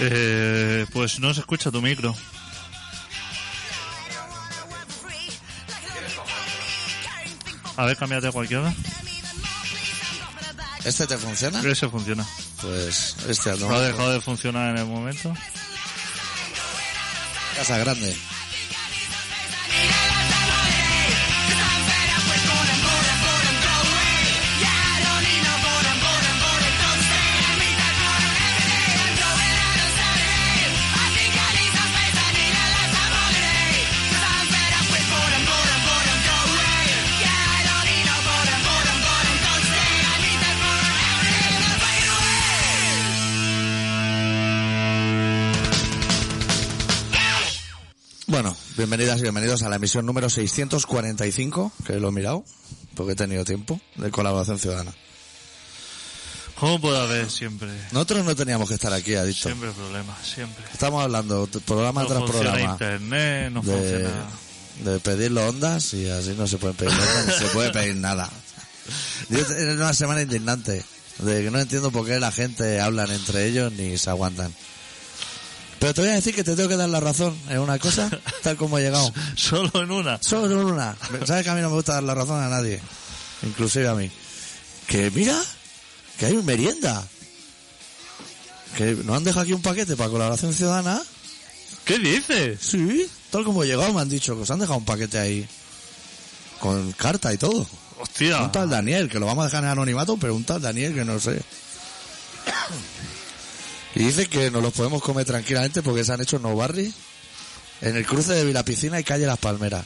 Eh, pues no se escucha tu micro. A ver, cámbiate a cualquiera. ¿Este te funciona? Ese funciona. Pues este No ha dejado de funcionar en el momento. Casa grande. Bueno, bienvenidas y bienvenidos a la emisión número 645, que lo he mirado, porque he tenido tiempo, de colaboración ciudadana. ¿Cómo puede haber siempre? Nosotros no teníamos que estar aquí, adicto. Siempre problemas, siempre. Estamos hablando de programa No tras funciona programa. internet, no de, funciona... de pedir las ondas y así no se pueden pedir ondas, ni se puede pedir nada. Yo era una semana indignante, de que no entiendo por qué la gente hablan entre ellos ni se aguantan. Pero te voy a decir que te tengo que dar la razón en una cosa, tal como he llegado. Solo en una. Solo tengo una. ¿Sabes que a mí no me gusta dar la razón a nadie? Inclusive a mí. Que mira, que hay un merienda. Que nos han dejado aquí un paquete para colaboración ciudadana. ¿Qué dices? Sí, tal como he llegado me han dicho que os han dejado un paquete ahí. Con carta y todo. Hostia. Un tal Daniel, que lo vamos a dejar en anonimato, pero un tal Daniel que no sé. Y dice que nos los podemos comer tranquilamente porque se han hecho en No Barri, en el cruce de Vilapicina y calle Las Palmeras.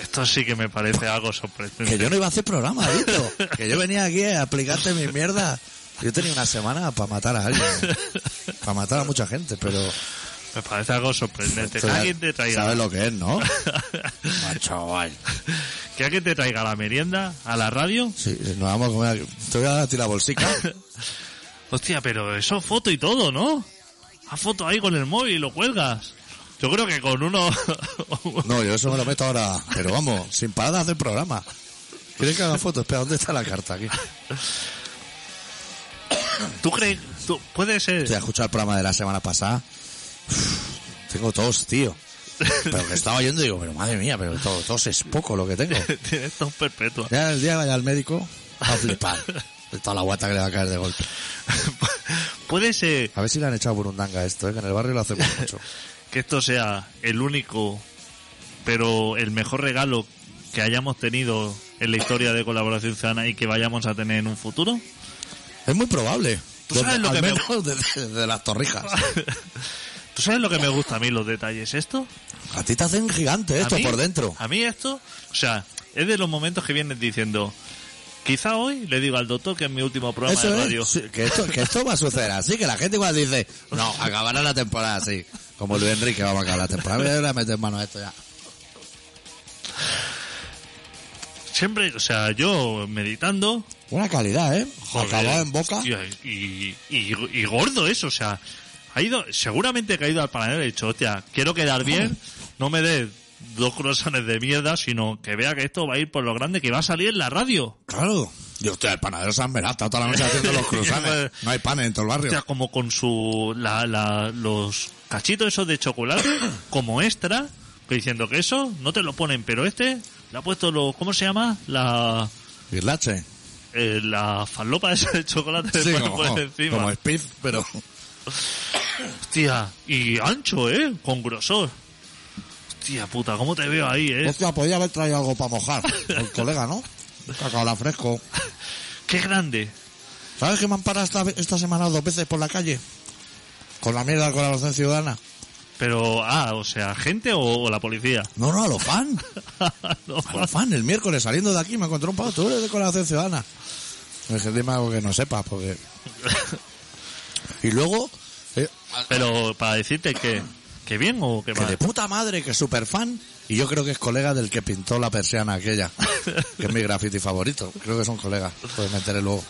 Esto sí que me parece algo sorprendente. Que yo no iba a hacer programa, adicto. Que yo venía aquí a aplicarte mis mierdas. Yo tenía una semana para matar a alguien. Para matar a mucha gente, pero... pues, Me parece algo sorprendente. Que alguien te traiga... ¿Sabes lo que es, no? Chaval. que alguien te traiga la merienda a la radio. Sí, nos vamos a comer... Te voy a dar a ti la bolsica. Hostia, pero eso foto y todo, ¿no? Haz foto ahí con el móvil y lo cuelgas. Yo creo que con uno... No, yo eso me lo meto ahora. Pero vamos, sin parar de hacer programa. ¿Quieres que haga fotos? Espera, ¿dónde está la carta aquí? ¿Tú crees? tú- Puede ser. Te he escuchado el programa de la semana pasada. Uf, tengo tos, tío. Pero que estaba oyendo y digo, pero madre mía, pero to- tos es poco lo que tengo. Tienes tos perpetua. Ya el día que vaya al médico, va a flipar. De toda la guata que le va a caer de golpe. Puede ser A ver si le han echado burundanga a esto, ¿eh? que en el barrio lo hacemos mucho. que esto sea el único, pero el mejor regalo que hayamos tenido en la historia de colaboración ciudadana y que vayamos a tener en un futuro. Es muy probable. ¿Tú sabes lo al que me- menos desde, desde las torrijas. ¿Tú sabes lo que me gusta a mí los detalles? ¿Esto? A ti te hacen gigante ¿A esto mí? por dentro. A mí esto, o sea, es de los momentos que vienes diciendo, quizá hoy le digo al doctor que es mi último programa Eso de es, radio. sí, que, esto, que esto va a suceder así, que la gente cuando dice, no, acabará la temporada así, como Luis Enrique, vamos a acabar la temporada, Mira, yo le voy a meter mano a esto ya. Siempre, o sea, yo meditando. Una calidad, ¿eh? joder, Acabado en boca. hostia, y, y- y gordo eso, o sea, ha ido, seguramente que ha ido al panadero y ha dicho, hostia, quiero quedar bien, no me des dos croissants de mierda, sino que vea que esto va a ir por lo grande, que va a salir en la radio. Claro. Yo estoy el panadero San Verá, está toda la noche haciendo los cruzanes. No hay pan en todo el barrio. Hostia, como con su la, la- los cachitos esos de chocolate como extra que diciendo que eso no te lo ponen pero este le ha puesto lo cómo se llama la Birlache. eh, la falopa esa de chocolate que Sí, ponen como, por encima como Spiff, pero hostia y ancho eh con grosor hostia puta cómo te veo ahí eh Hostia, podía haber traído algo para mojar. El colega, ¿no? Cacao la fresco. qué grande ¿Sabes que me han parado esta, esta semana dos veces por la calle? Con la mierda de colaboración ciudadana. pero ah o sea gente o, o la policía No, no, a los fan. No, A los fan. El miércoles saliendo de aquí me encontré un pavo. Tú eres de colaboración ciudadana. Es el tema que no sepas, porque... Y luego... eh, pero para decirte que que bien o que que de mal puta madre, que es super fan. Y yo creo que es colega del que pintó la persiana aquella. Que es mi graffiti favorito. Creo que son colegas. Pues me enteré luego.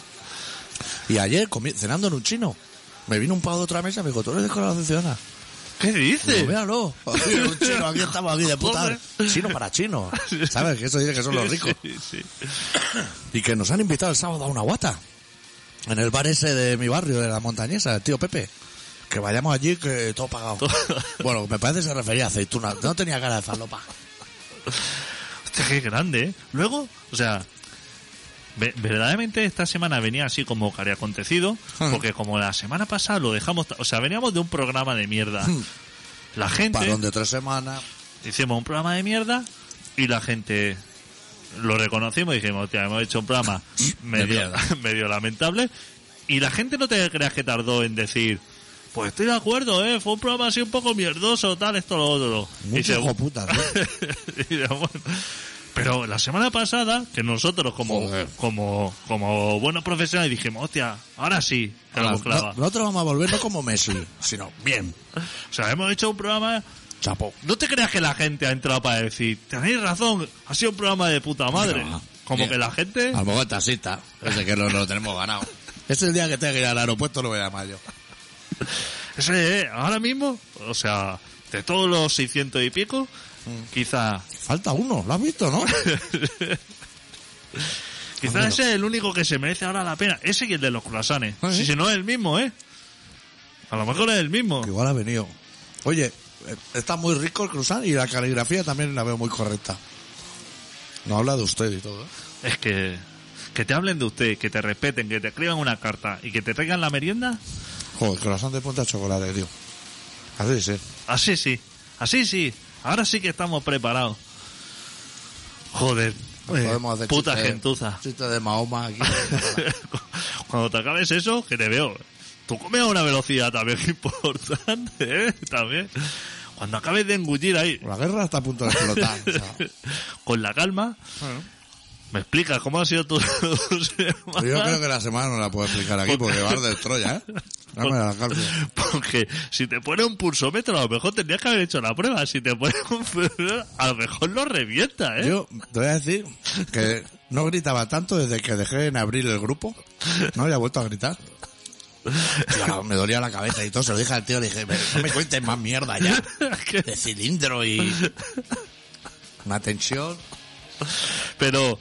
Y ayer, comi- cenando en un chino, me vino un pavo de otra mesa y me dijo, tú eres de colaboración ciudadana. qué Digo, dices míralo. Aquí, un chino, aquí estamos aquí de puta. Chino para chino. ¿Sabes? Que eso dice que son los ricos. Sí, sí. Y que nos han invitado el sábado a una guata. En el bar ese de mi barrio, de la montañesa, el tío Pepe. que vayamos allí, que todo pagado. Todo- bueno, me parece que se refería a aceituna. No tenía cara de falopa. Hostia, qué grande, ¿eh? Luego, o sea, ve- verdaderamente esta semana venía así como que había acontecido, Hmm. porque como la semana pasada lo dejamos, ta- o sea, veníamos de un programa de mierda. Hmm. La gente, Parón de tres semanas. hicimos un programa de mierda y la gente lo reconocimos y dijimos, hostia, hemos hecho un programa medio, mierda. medio lamentable y la gente no te creas que tardó en decir, pues estoy de acuerdo, ¿eh? fue un programa así un poco mierdoso, tal, esto, lo otro. Y Mucho se- hijo puta, tío. Y digo, bueno. Pero la semana pasada, que nosotros como, Joder. como, como buenos profesionales dijimos, hostia, ahora sí, que lo hemos clavado". No- Nosotros vamos a volver no como Messi, sino bien. O sea, hemos hecho un programa... Chapo. No te creas que la gente ha entrado para decir, tenéis razón, ha sido un programa de puta madre. No. Como Bien. que la gente... A lo mejor el taxista. Ese que lo, lo tenemos ganado. Ese día que tenga que ir al aeropuerto lo voy a llamar yo. ese, eh, ahora mismo, o sea, de todos los 600 y pico, Mm. quizá... Falta uno, lo has visto, ¿no? Quizá Hombre, ese es el único que se merece ahora la pena. Ese y el de los croissants. Ah, Si, ¿eh? si no es el mismo, ¿eh? A lo mejor es el mismo. Que Igual ha venido. Oye, eh, está muy rico el cruzar y la caligrafía también la veo muy correcta. No habla de usted y todo. ¿eh? Es que que te hablen de usted, que te respeten, que te escriban una carta y que te traigan la merienda, Joder, corazón de punta de chocolate, tío. Así de ser. así sí, así sí. Ahora sí que estamos preparados. Joder, eh, Pues Podemos hacer puta chiste- gentuza. chiste de Mahoma aquí. Cuando te acabes eso, que te veo. Tú comes a una velocidad también importante, ¿eh? También. Cuando acabes de engullir ahí, la guerra está a punto de explotar. o sea. con la calma, me explicas cómo ha sido tu, tu semana. Yo creo que la semana no la puedo explicar aquí porque va de Troya, ¿eh? Dame la cárcel. Porque si te pone un pulsómetro, a lo mejor tendrías que haber hecho la prueba. Si te pone un pulsómetro, a lo mejor lo revienta, ¿eh? Yo te voy a decir que no gritaba tanto desde que dejé en abril el grupo. No había vuelto a gritar. Claro, me dolía la cabeza y todo. Se lo dije al tío, le dije, "Pero no me cuentes más mierda ya. Que- De cilindro y... Una tensión. Pero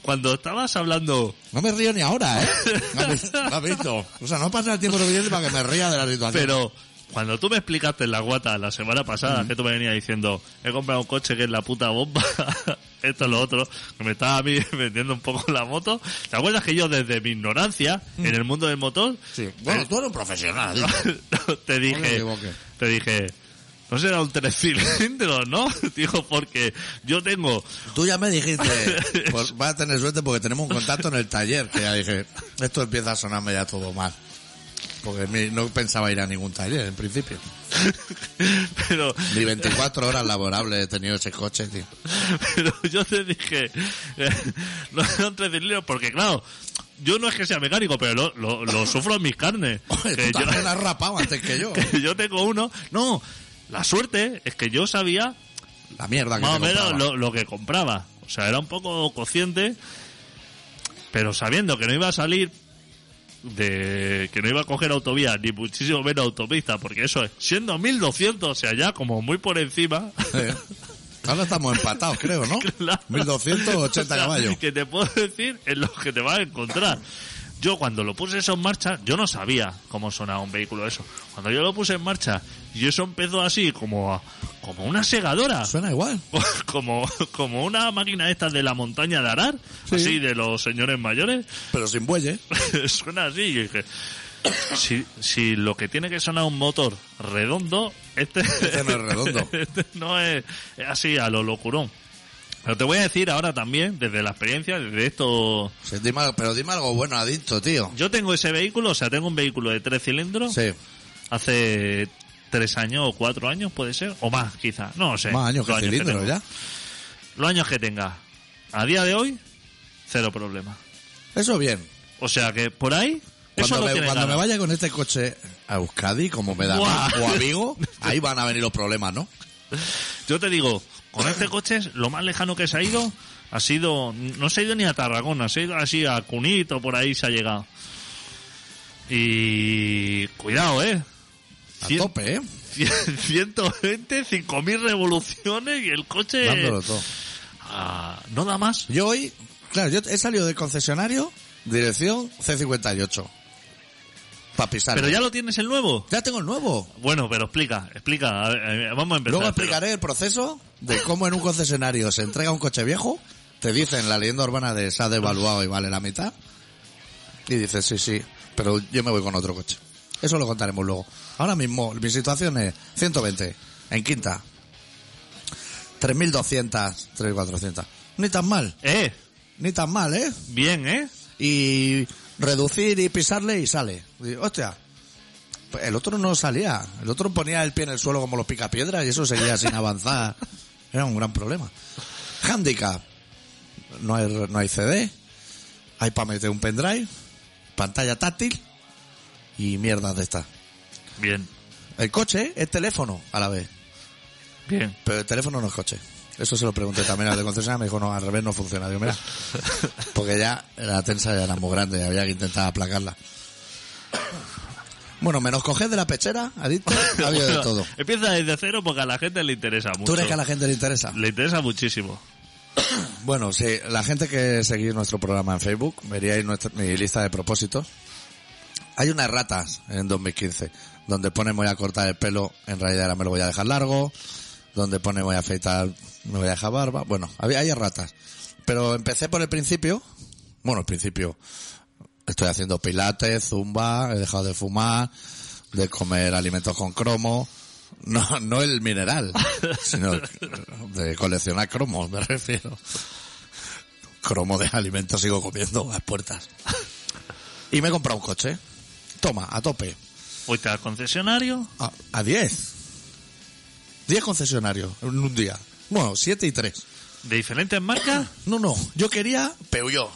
cuando estabas hablando... No me río ni ahora, ¿eh? No me- ¿Lo has visto? O sea, no pasa el tiempo suficiente para que me ría de la situación. Pero cuando tú me explicaste en la guata la semana pasada, que tú me venías diciendo, he comprado un coche que es la puta bomba, esto es lo otro, que me estaba a mí vendiendo un poco la moto, ¿te acuerdas que yo desde mi ignorancia en el mundo del motor... Sí. Bueno, tú eres un profesional. tío. te No me dije, equivoqué. te dije, no será un tres cilindros, ¿no? Dijo, porque yo tengo, Tú ya me dijiste, pues vas a tener suerte porque tenemos un contacto en el taller, que ya dije, esto empieza a sonarme ya todo mal. Porque mi- no pensaba ir a ningún taller en principio. pero, Ni 24 horas laborables he tenido ese coche, tío. pero yo te dije, eh, no será un tres cilindros, porque claro, yo no es que sea mecánico, pero lo, lo, lo sufro en mis carnes. Oye, Que tú yo- también has rapado antes que yo. que yo tengo uno, no, la suerte es que yo sabía La mierda que más o te menos compraba. lo, lo que compraba. O sea, era un poco consciente, pero sabiendo que no iba a salir de que no iba a coger autovía ni muchísimo menos autopista, porque eso es siendo 1200, o sea, ya como muy por encima. Eh, Ahora estamos empatados, creo, ¿no? Claro. 1280 O sea, caballos. Que te puedo decir es lo que te vas a encontrar. Yo cuando lo puse eso en marcha, yo no sabía cómo sonaba un vehículo eso. Cuando yo lo puse en marcha y eso empezó así como a- como una segadora, Suena igual. como como una máquina esta de la montaña de arar, Sí. así de los señores mayores, Pero sin bueyes. suena así. Y yo dije, si, si lo que tiene que sonar un motor redondo, este, no es redondo. este no es, es así a lo locurón. Pero te voy a decir ahora también, desde la experiencia, desde esto... Sí, dime al- pero dime algo bueno, adicto, tío. Yo tengo ese vehículo, o sea, tengo un vehículo de tres cilindros Sí. hace tres años o cuatro años, puede ser, o más quizá, no sé. Más años que los cilindro tengo. ya. Los años que tenga. A día de hoy, cero problema. Eso bien. O sea que por ahí, eso Cuando, lo me, tiene cuando me ganado. vaya con este coche a Euskadi, como me da a mí, Buah. o a Vigo, ahí van a venir los problemas, ¿no? Yo te digo, con este coche lo más lejano que se ha ido ha sido, no se ha ido ni a Tarragona, se ha ido así a Cunito, por ahí se ha llegado. Y cuidado, eh. A Cien- tope, ¿eh? cien- 120, 5000 revoluciones y el coche Dándolo todo. ah, no da más. Yo hoy, claro, yo he salido del concesionario, dirección C58. para pisar. Pero ya lo tienes el nuevo. Ya tengo el nuevo. Bueno, pero explica, explica. a ver, a ver, vamos a empezar. Luego pero- explicaré el proceso de cómo en un concesionario se entrega un coche viejo, te dicen la leyenda urbana de se ha devaluado y vale la mitad, y dices, sí, sí, pero yo me voy con otro coche. Eso lo contaremos luego. Ahora mismo, mi situación es 120, en quinta. 3.200, 3.400. Ni tan mal, Eh, ni tan mal, ¿eh? bien, ¿eh? y reducir y pisarle y sale. Y, hostia, pues el otro no salía, el otro ponía el pie en el suelo como los picapiedras y eso seguía sin avanzar. Era un gran problema. Handicap. No hay, no hay CD, hay para meter un pendrive, pantalla táctil y mierdas de estas. Bien, El coche es teléfono a la vez, bien. pero el teléfono no es coche. Eso se lo pregunté también al de concesionario, me dijo, no, al revés no funciona. Digo, mira, porque ya la tensa ya era muy grande, había que intentar aplacarla. Bueno, menos coger de la pechera, adicto, ha habido de Bueno, todo. Empieza desde cero porque a la gente le interesa mucho. Tú eres que a la gente le interesa. Le interesa muchísimo. Bueno, sí, la gente que seguís nuestro programa en Facebook, veríais nuestra, mi lista de propósitos. Hay unas ratas en 2015, donde pone me voy a cortar el pelo, en realidad ahora me lo voy a dejar largo, donde pone me voy a afeitar, me voy a dejar barba, bueno, había, hay ratas. Pero empecé por el principio, bueno, el principio, estoy haciendo pilates, zumba, he dejado de fumar, de comer alimentos con cromo, no, no el mineral, sino de coleccionar cromos, me refiero. Cromo de alimentos sigo comiendo a las puertas. Y me he comprado un coche. Toma, a tope. Fuiste al concesionario. A- A 10. 10 concesionarios en un día. Bueno, 7 y 3. ¿De diferentes marcas? No, no, yo quería Peugeot.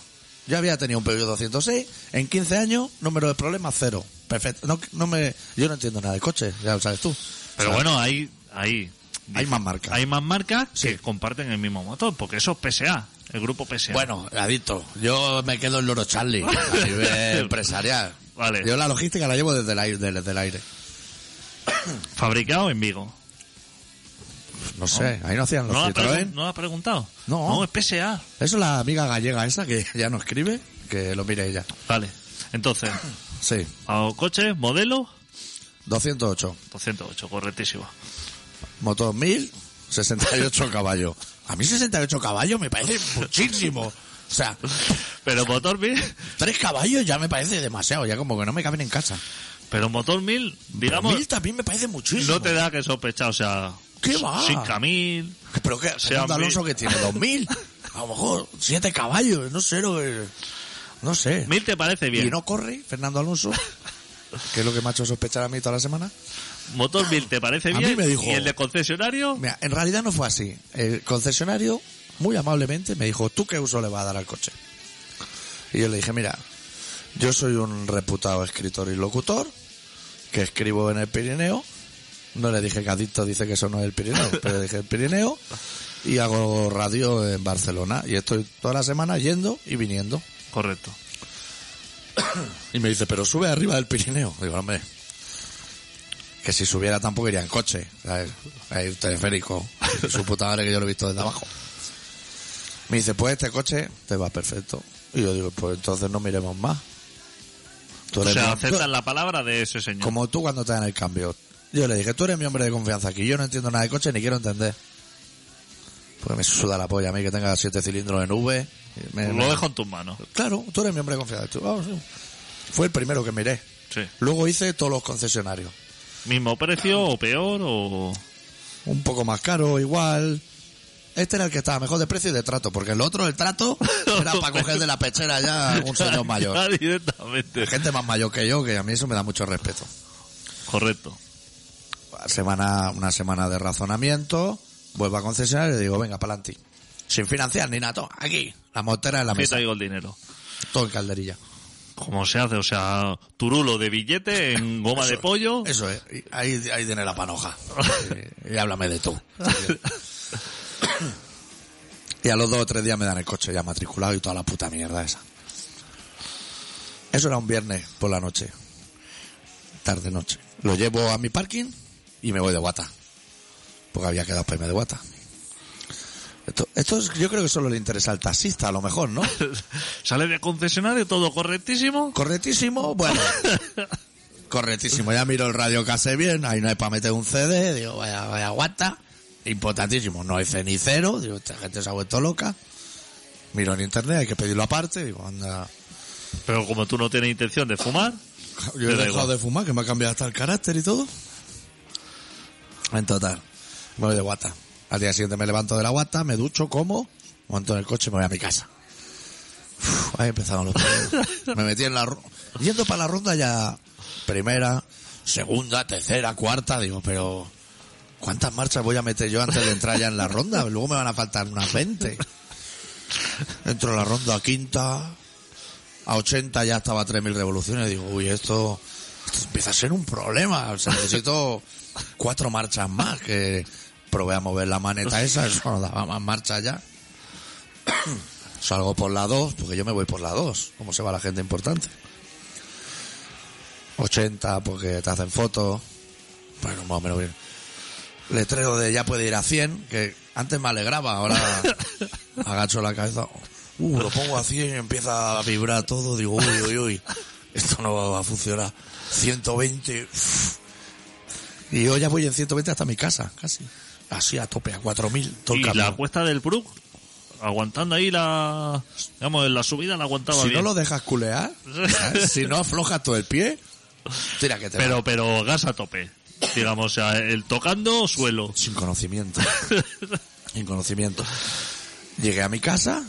Yo había tenido un Peugeot 206, en 15 años, número de problemas cero. Perfecto. No, no me, yo no entiendo nada de coches, ya lo sabes tú. Pero O sea, bueno, hay, hay, hay más marcas. hay más marcas Sí. que comparten el mismo motor, porque eso es PSA, el grupo PSA. Bueno, adicto, yo me quedo en Loro Charlie, a nivel empresarial. Vale. Yo la logística la llevo desde el aire. Desde el aire. Fabricado en Vigo. Pues No sé, ahí no hacían los ¿No lo, has pregun- Citroën. no lo has preguntado? No. es PSA. Eso la amiga gallega esa que ya no escribe, que lo mire ella. Vale. Entonces, Sí, a coche, modelo, 208, 208, correctísimo. motor 1000, 68 caballos. A mí 68 caballos me parece muchísimo. O sea, Pero motor 1000, tres caballos ya me parece demasiado, ya como que no me caben en casa. pero motor 1000, digamos, 1000 también me parece muchísimo. no te da que sospechar, o sea, ¿Qué va? 5000, Pero que Sean Fernando Alonso mil. que tiene 2000, a lo mejor 7 caballos, no sé, lo que- no sé. 1000 te parece bien. Y no corre Fernando Alonso, que es lo que me ha hecho sospechar a mí toda la semana. Motor 1000 te parece A bien. mí me dijo- Y el de concesionario, Mira, en realidad no fue así. El concesionario, muy amablemente, me dijo, ¿tú qué uso le vas a dar al coche? Y yo le dije, mira, yo soy un reputado escritor y locutor, que escribo en el Pirineo. No le dije que adicto dice que eso no es el Pirineo, pero le dije el Pirineo y hago radio en Barcelona. Y estoy toda la semana yendo y viniendo. correcto. Y me dice, pero sube arriba del Pirineo. Digo, hombre, que si subiera tampoco iría en coche. ¿sabes? Hay un teleférico. Su puta madre que yo lo he visto desde abajo. Me dice, pues este coche te va perfecto. Y yo digo, pues entonces no miremos más. Tú O eres sea, mi- aceptas la palabra de ese señor. Como tú cuando te dan el cambio. Yo le dije, tú eres mi hombre de confianza aquí. Yo no entiendo nada de coche ni quiero entender. Porque me suda la polla a mí que tenga siete cilindros en V. Me- me- Pues Lo dejo en tus manos. Claro, tú eres mi hombre de confianza. Tú, vamos, sí. Fue el primero que miré. Sí. Luego hice todos los concesionarios. Mismo precio o peor o... Un poco más caro, igual. Este era el que estaba mejor de precio y de trato, porque el otro, el trato, era para coger de la pechera ya un señor mayor. Ya Directamente. Gente más mayor que yo, que a mí eso me da mucho respeto. Correcto. Semana, una semana de razonamiento, vuelvo a concesionar y digo, venga, pa'lante. Sin financiar ni nada, toma, aquí, la motera en la Aquí mesa, traigo el dinero. todo en calderilla. Como se hace, o sea, turulo de billete en goma de Eso- pollo. Eso es, y ahí, ahí tiene la panoja. y, y háblame de tú. y a los dos o tres días me dan el coche ya matriculado y toda la puta mierda esa. Eso era un viernes por la noche. Tarde noche. Lo llevo a mi parking y me voy de guata. Porque había quedado para irme de guata. Esto, esto es- yo creo que solo le interesa al taxista, a lo mejor, ¿no? Sale de concesionario, todo correctísimo. Correctísimo, bueno. correctísimo. Ya miro el radio que hace bien, ahí no hay para meter un CD, digo, vaya, vaya guata. Importantísimo, no hay cenicero, digo, esta gente se ha vuelto loca. Miro en internet, hay que pedirlo aparte, digo, anda. Pero como tú no tienes intención de fumar, Te Yo he da dejado igual. de fumar, que me ha cambiado hasta el carácter y todo. En total, me voy de guata. Al día siguiente me levanto de la guata, me ducho, como, monto en el coche y me voy a mi casa. Uf, ahí empezaron los problemas. Me metí en la... ro- Yendo para la ronda ya primera, segunda, tercera, cuarta, digo, pero... ¿Cuántas marchas voy a meter yo antes de entrar ya en la ronda? Luego me van a faltar unas 20. Entro en la ronda a quinta, a 80 ya estaba a 3.000 revoluciones. Digo, uy, esto, esto empieza a ser un problema. O sea, necesito cuatro marchas más que probé a mover la maneta esa. Eso no daba más marcha ya. Salgo por la 2, porque yo me voy por la 2. ¿Cómo se va la gente importante? 80 porque te hacen fotos. Bueno, más o menos bien. Letrero de ya puede ir a 100, que antes me alegraba, ahora agacho la cabeza. Uh, lo pongo a 100 y empieza a vibrar todo. Digo, uy, uy, uy, esto no va a funcionar. 120. uf. Y yo ya voy en 120 hasta mi casa, casi. Así a tope, a 4000. Todo el y camino. la cuesta del Brook, aguantando ahí la. Digamos, en la subida la aguantaba Si bien. no lo dejas culear, ¿sabes? si no aflojas todo el pie, tira que te va. Pero, pero gas a tope. Digamos, o sea, el tocando suelo. Sin conocimiento. Sin conocimiento. Llegué a mi casa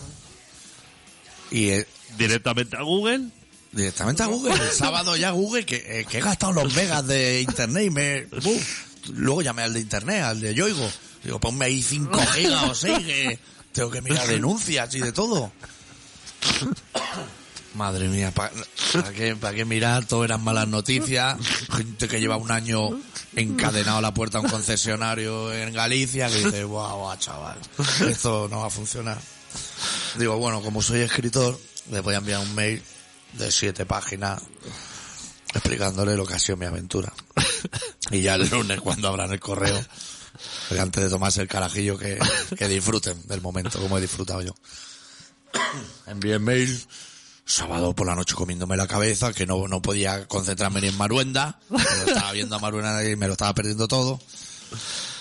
y eh, Directamente a Google. directamente a Google. El sábado ya Google, que, eh, que he gastado los megas de internet y me... Buf. luego llamé al de internet, al de Yoigo. Digo, ponme ahí 5 gigas o 6 que tengo que mirar denuncias y de todo. Madre mía, ¿para qué, pa qué mirar? Todo eran malas noticias. Gente que lleva un año encadenado a la puerta de un concesionario en Galicia que dice, guau, guau, chaval, esto no va a funcionar. Digo, bueno, como soy escritor, le voy a enviar un mail de siete páginas explicándole lo que ha sido mi aventura. Y ya el lunes, cuando abran el correo, que antes de tomarse el carajillo, que, que disfruten del momento, como he disfrutado yo. Envié mail, sábado por la noche comiéndome la cabeza, que no, no podía concentrarme ni en Maruenda, pero estaba viendo a Maruenda y me lo estaba perdiendo todo.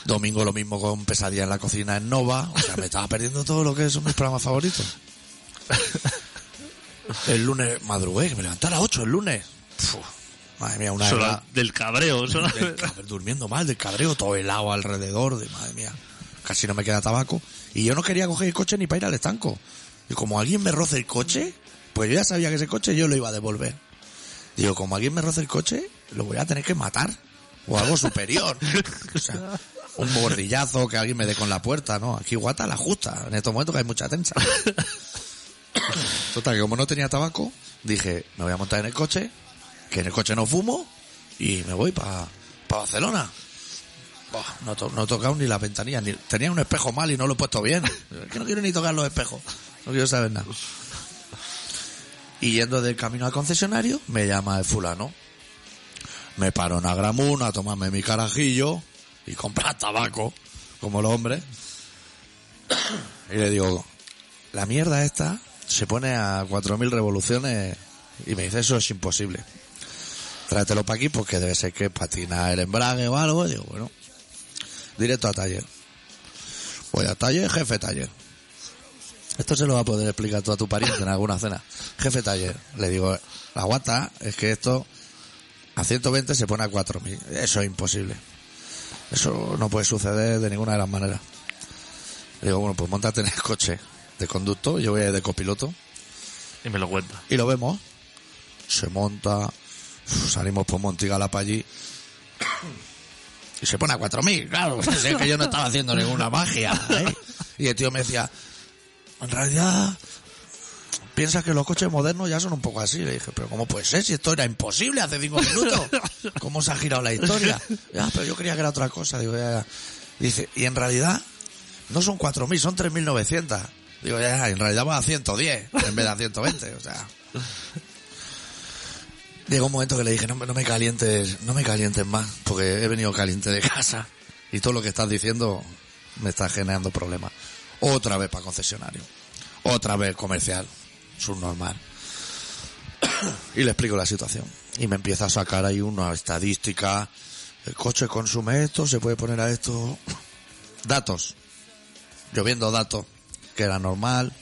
Domingo lo mismo con pesadilla en la cocina en Nova, o sea, me estaba perdiendo todo lo que son mis programas favoritos. El lunes madrugué, que me levanté a las 8 el lunes. Puf, madre mía, una Eso hora- era del cabreo. eso era- del cabre- durmiendo mal, del cabreo, todo helado alrededor, de madre mía, casi no me queda tabaco. Y yo no quería coger el coche ni para ir al estanco. Y como alguien me roce el coche, pues yo ya sabía que ese coche yo lo iba a devolver. Digo, como alguien me roce el coche, lo voy a tener que matar. O algo superior. O sea, un bordillazo que alguien me dé con la puerta, ¿no? Aquí guata la justa, en estos momentos que hay mucha tensa. Total, que como no tenía tabaco, dije, me voy a montar en el coche, que en el coche no fumo, y me voy para Barcelona. Buah, no, to- no he tocado ni las ventanillas, ni- tenía un espejo mal y no lo he puesto bien. Es que no quiero ni tocar los espejos, no quiero saber nada. Y yendo del camino al concesionario, me llama el fulano. Me paro en Agramún a tomarme mi carajillo y comprar tabaco, como los hombres. Y le digo, la mierda esta se pone a 4.000 revoluciones y me dice, eso es imposible. Tráetelo para aquí porque debe ser que patina el embrague o algo. Y digo, bueno, directo a taller. Voy a taller, jefe taller. Esto se lo va a poder explicar tú a tu pariente en alguna cena. Jefe taller, le digo, la guata es que esto a 120 se pone a 4.000. Eso es imposible. Eso no puede suceder de ninguna de las maneras. Le digo, bueno, pues montate en el coche de conductor, yo voy de copiloto Y me lo cuenta. y lo vemos. Se monta, uf, salimos por Montigalá para allí. Y se pone a 4.000, claro. Sé que yo no estaba haciendo ninguna magia. ¿eh? Y el tío me decía, en realidad, piensas que los coches modernos ya son un poco así. Le dije, pero ¿cómo puede ser si esto era imposible hace cinco minutos? ¿Cómo se ha girado la historia? Ya, pero yo creía que era otra cosa. Digo, ya, ya. Dice, y en realidad, no son 4.000, son 3.900. Digo, ya, ya, en realidad va a 110 en vez de a 120, o sea. Llegó un momento que le dije, no, me- no me calientes, no me calientes más, porque he venido caliente de casa. Y todo lo que estás diciendo me está generando problemas. Otra vez para concesionario. Otra vez comercial. Subnormal. y le explico la situación. y me empieza a sacar ahí una estadística. El coche consume esto, se puede poner a esto. Datos. Yo viendo datos, que era normal.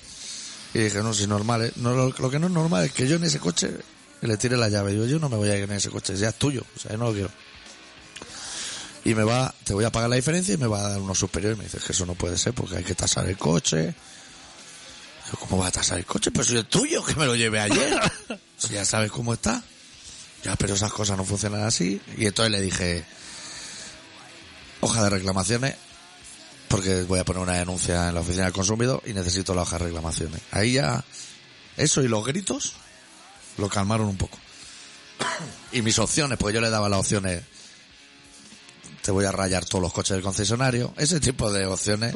Y dije, no, si normal es- No, lo, lo que no es normal es que yo en ese coche le tire la llave. Digo, yo no me voy a ir en ese coche, ya es tuyo. O sea, yo no lo quiero. Y me va, te voy a pagar la diferencia y me va a dar uno superior. Y me dice que eso no puede ser porque hay que tasar el coche. Digo, ¿Cómo va a tasar el coche? Pues si es tuyo, que me lo llevé ayer. si ya sabes cómo está. Ya, pero esas cosas no funcionan así. Y entonces le dije, hoja de reclamaciones, porque voy a poner una denuncia en la oficina del consumidor y necesito la hoja de reclamaciones. Ahí ya, eso y los gritos lo calmaron un poco. Y mis opciones, pues yo le daba las opciones, te voy a rayar todos los coches del concesionario, ese tipo de opciones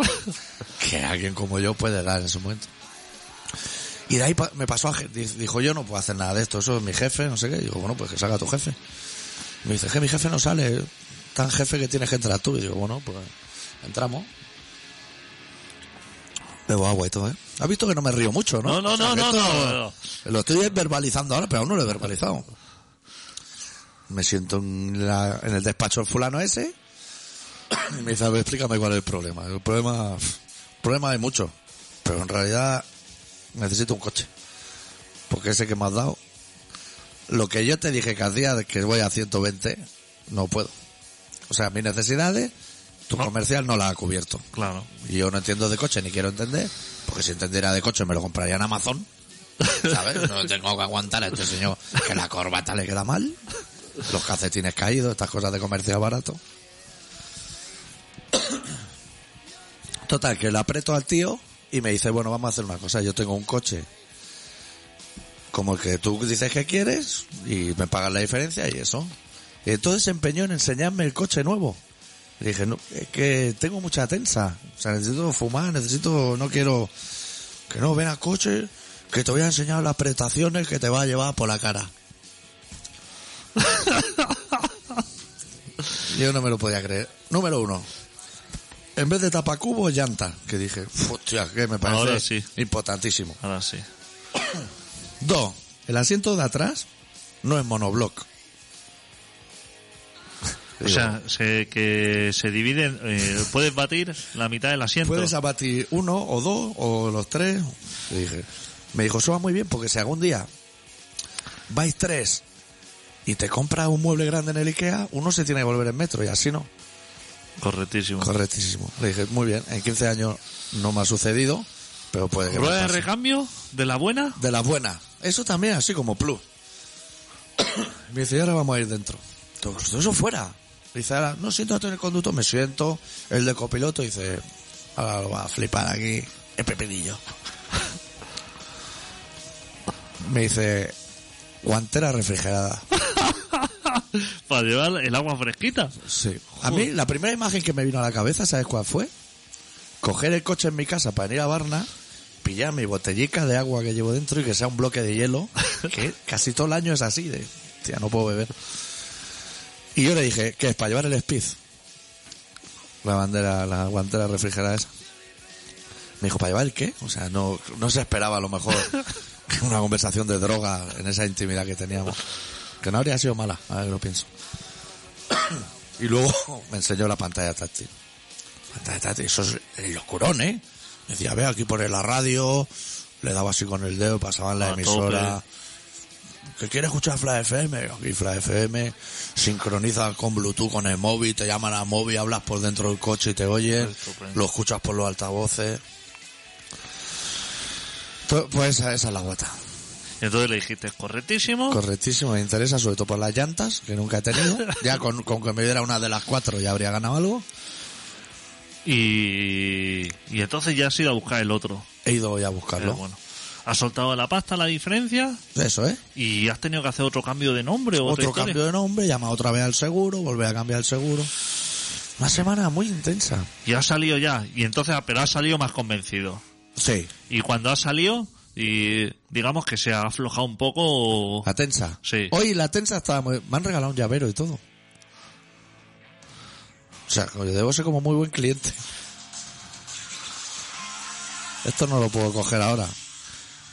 que alguien como yo puede dar en su momento. Y de ahí pa- me pasó a... je- di- Dijo, yo no puedo hacer nada de esto, eso es mi jefe, no sé qué. Digo, bueno, pues que salga tu jefe. Me dice, que mi jefe no sale, tan jefe que tienes que entrar tú. Y digo, bueno, pues entramos. Bebo agua y todo, ¿eh? Has visto que no me río mucho, ¿no? No, no, O sea, no, que no, esto- no, no. Lo estoy verbalizando ahora, pero aún no lo he verbalizado. Me siento en, la- en el despacho del fulano ese y me dice, a ver, explícame cuál es el problema. El problema, problema hay mucho, pero en realidad necesito un coche. Porque ese que me has dado, lo que yo te dije que hacía, de que voy a 120, no puedo. O sea, mis necesidades, tu comercial no las ha cubierto. Claro. Y yo no entiendo de coche ni quiero entender, porque si entendiera de coche me lo compraría en Amazon. ¿Sabes? No tengo que aguantar a este señor que la corbata le queda mal, los calcetines caídos, estas cosas de comercio barato. Total, que le aprieto al tío y me dice, bueno, vamos a hacer una cosa, yo tengo un coche como el que tú dices que quieres y me pagas la diferencia y eso. Y entonces se empeñó en enseñarme el coche nuevo. Le dije, no, es que tengo mucha tensa. O sea, necesito fumar, necesito, no quiero que no ven al coche, que te voy a enseñar las prestaciones que te va a llevar por la cara. Yo no me lo podía creer. Número uno. En vez de tapacubos, llanta. Que dije, hostia, que me parece Ahora sí. importantísimo. Ahora sí. Dos, el asiento de atrás no es monobloc. O sea, se, que se dividen, eh, puedes batir la mitad del asiento. puedes abatir uno o dos o los tres. Le dije, me dijo, eso va muy bien porque si algún día vais tres y te compras un mueble grande en el Ikea, uno se tiene que volver en metro y así no. Correctísimo. Correctísimo. Le dije, muy bien, en 15 años no me ha sucedido, pero puede que me ¿Rueda de pase. recambio? ¿De la buena? de las buenas. Eso también, así como plus. me dice, y ahora vamos a ir dentro. Digo, "Pues eso fuera. Dice, ahora, no siento a tener conducto, me siento. El de copiloto dice, ahora lo va a flipar aquí, el pepinillo. me dice, guantera refrigerada. Para llevar el agua fresquita. Sí. A mí, la primera imagen que me vino a la cabeza, ¿sabes cuál fue? Coger el coche en mi casa para ir a Barna, pillar mi botellica de agua que llevo dentro y que sea un bloque de hielo, que casi todo el año es así, de, tía, no puedo beber. Y yo le dije, ¿qué es? ¿Para llevar el Spiz? La bandera, la guantera refrigerada esa. Me dijo, ¿para llevar el qué? O sea, no, no se esperaba a lo mejor una conversación de droga en esa intimidad que teníamos. Que no habría sido mala, a ver, lo pienso. Y luego me enseñó la pantalla táctil. Pantalla táctil, eso es el locurón, ¿eh? Me decía, ve aquí poner la radio, le daba así con el dedo, pasaba en la A emisora. ¿Que quiere escuchar Flash FM? Aquí Flash FM, sincroniza con Bluetooth con el móvil, te llaman a móvil, hablas por dentro del coche y te oyes, Estupendo. lo escuchas por los altavoces. Pues- Pues esa, esa es la guata. Entonces le dijiste, correctísimo. Correctísimo, me interesa, sobre todo por las llantas, que nunca he tenido. Ya con, con que me diera una de las cuatro ya habría ganado algo. y, y entonces ya has ido a buscar el otro. He ido hoy a Pero buscarlo. bueno. Has soltado la pasta, la diferencia, Eso, ¿eh? y has tenido que hacer otro cambio de nombre o otra Otro historia. cambio de nombre, llama otra vez al seguro, volver a cambiar el seguro. Una semana muy intensa. Y has salido ya. Y entonces, ah, pero has salido más convencido. Sí. Y cuando ha salido, y digamos que se ha aflojado un poco. o- La tensa. Sí. Hoy la tensa estaba muy... Me han regalado un llavero y todo. O sea, yo debo ser como muy buen cliente. Esto no lo puedo coger ahora.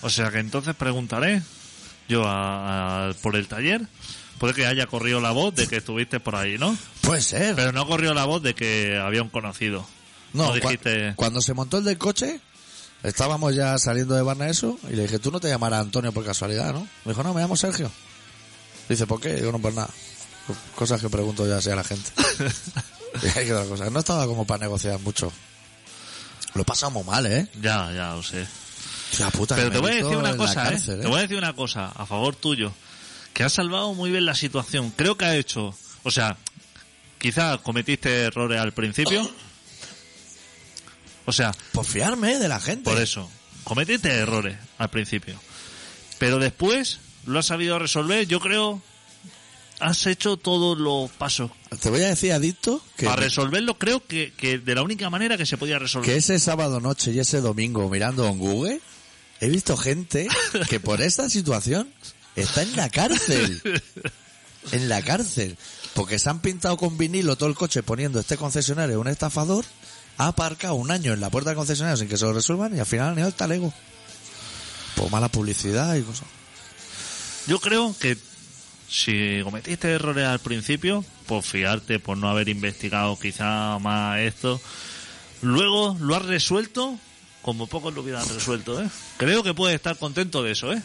O sea que entonces preguntaré yo a- a- por el taller puede que haya corrido la voz de que estuviste por ahí, ¿no? Puede ser. Pero no corrió la voz de que había un conocido. No, cua- dijiste. cuando se montó el del coche, estábamos ya saliendo de Barnaeso y le dije, tú no te llamarás Antonio por casualidad, ¿no? Me dijo, no, me llamo Sergio. Dice, ¿por qué? Digo, no, por nada. Cosas que pregunto ya así a la gente. y hay que dar cosas. No estaba como para negociar mucho. Lo pasamos mal, ¿eh? Ya, ya lo sé. La puta que Pero te me voy a decir meto una en la cosa, cárcel, ¿eh? Te voy a decir una cosa a favor tuyo. Que has salvado muy bien la situación. Creo que ha hecho. O sea, quizás cometiste errores al principio. O sea, Por fiarme ¿eh? de la gente. por eso. Cometiste errores al principio. Pero después lo has sabido resolver. Yo creo. Has hecho todos los pasos. Te voy a decir, adicto, que, Para resolverlo, creo que, que de la única manera que se podía resolver. que ese sábado noche y ese domingo mirando en Google, he visto gente que por esta situación está en la cárcel. En la cárcel. Porque se han pintado con vinilo todo el coche poniendo este concesionario es un estafador, ha aparcado un año en la puerta del concesionario sin que se lo resuelvan y al final han ido al talego. Por mala publicidad y cosas. Yo creo que si cometiste errores al principio, por fiarte, por no haber investigado quizá más esto, luego lo has resuelto como pocos lo hubieran resuelto, ¿eh? Creo que puedes estar contento de eso, ¿eh?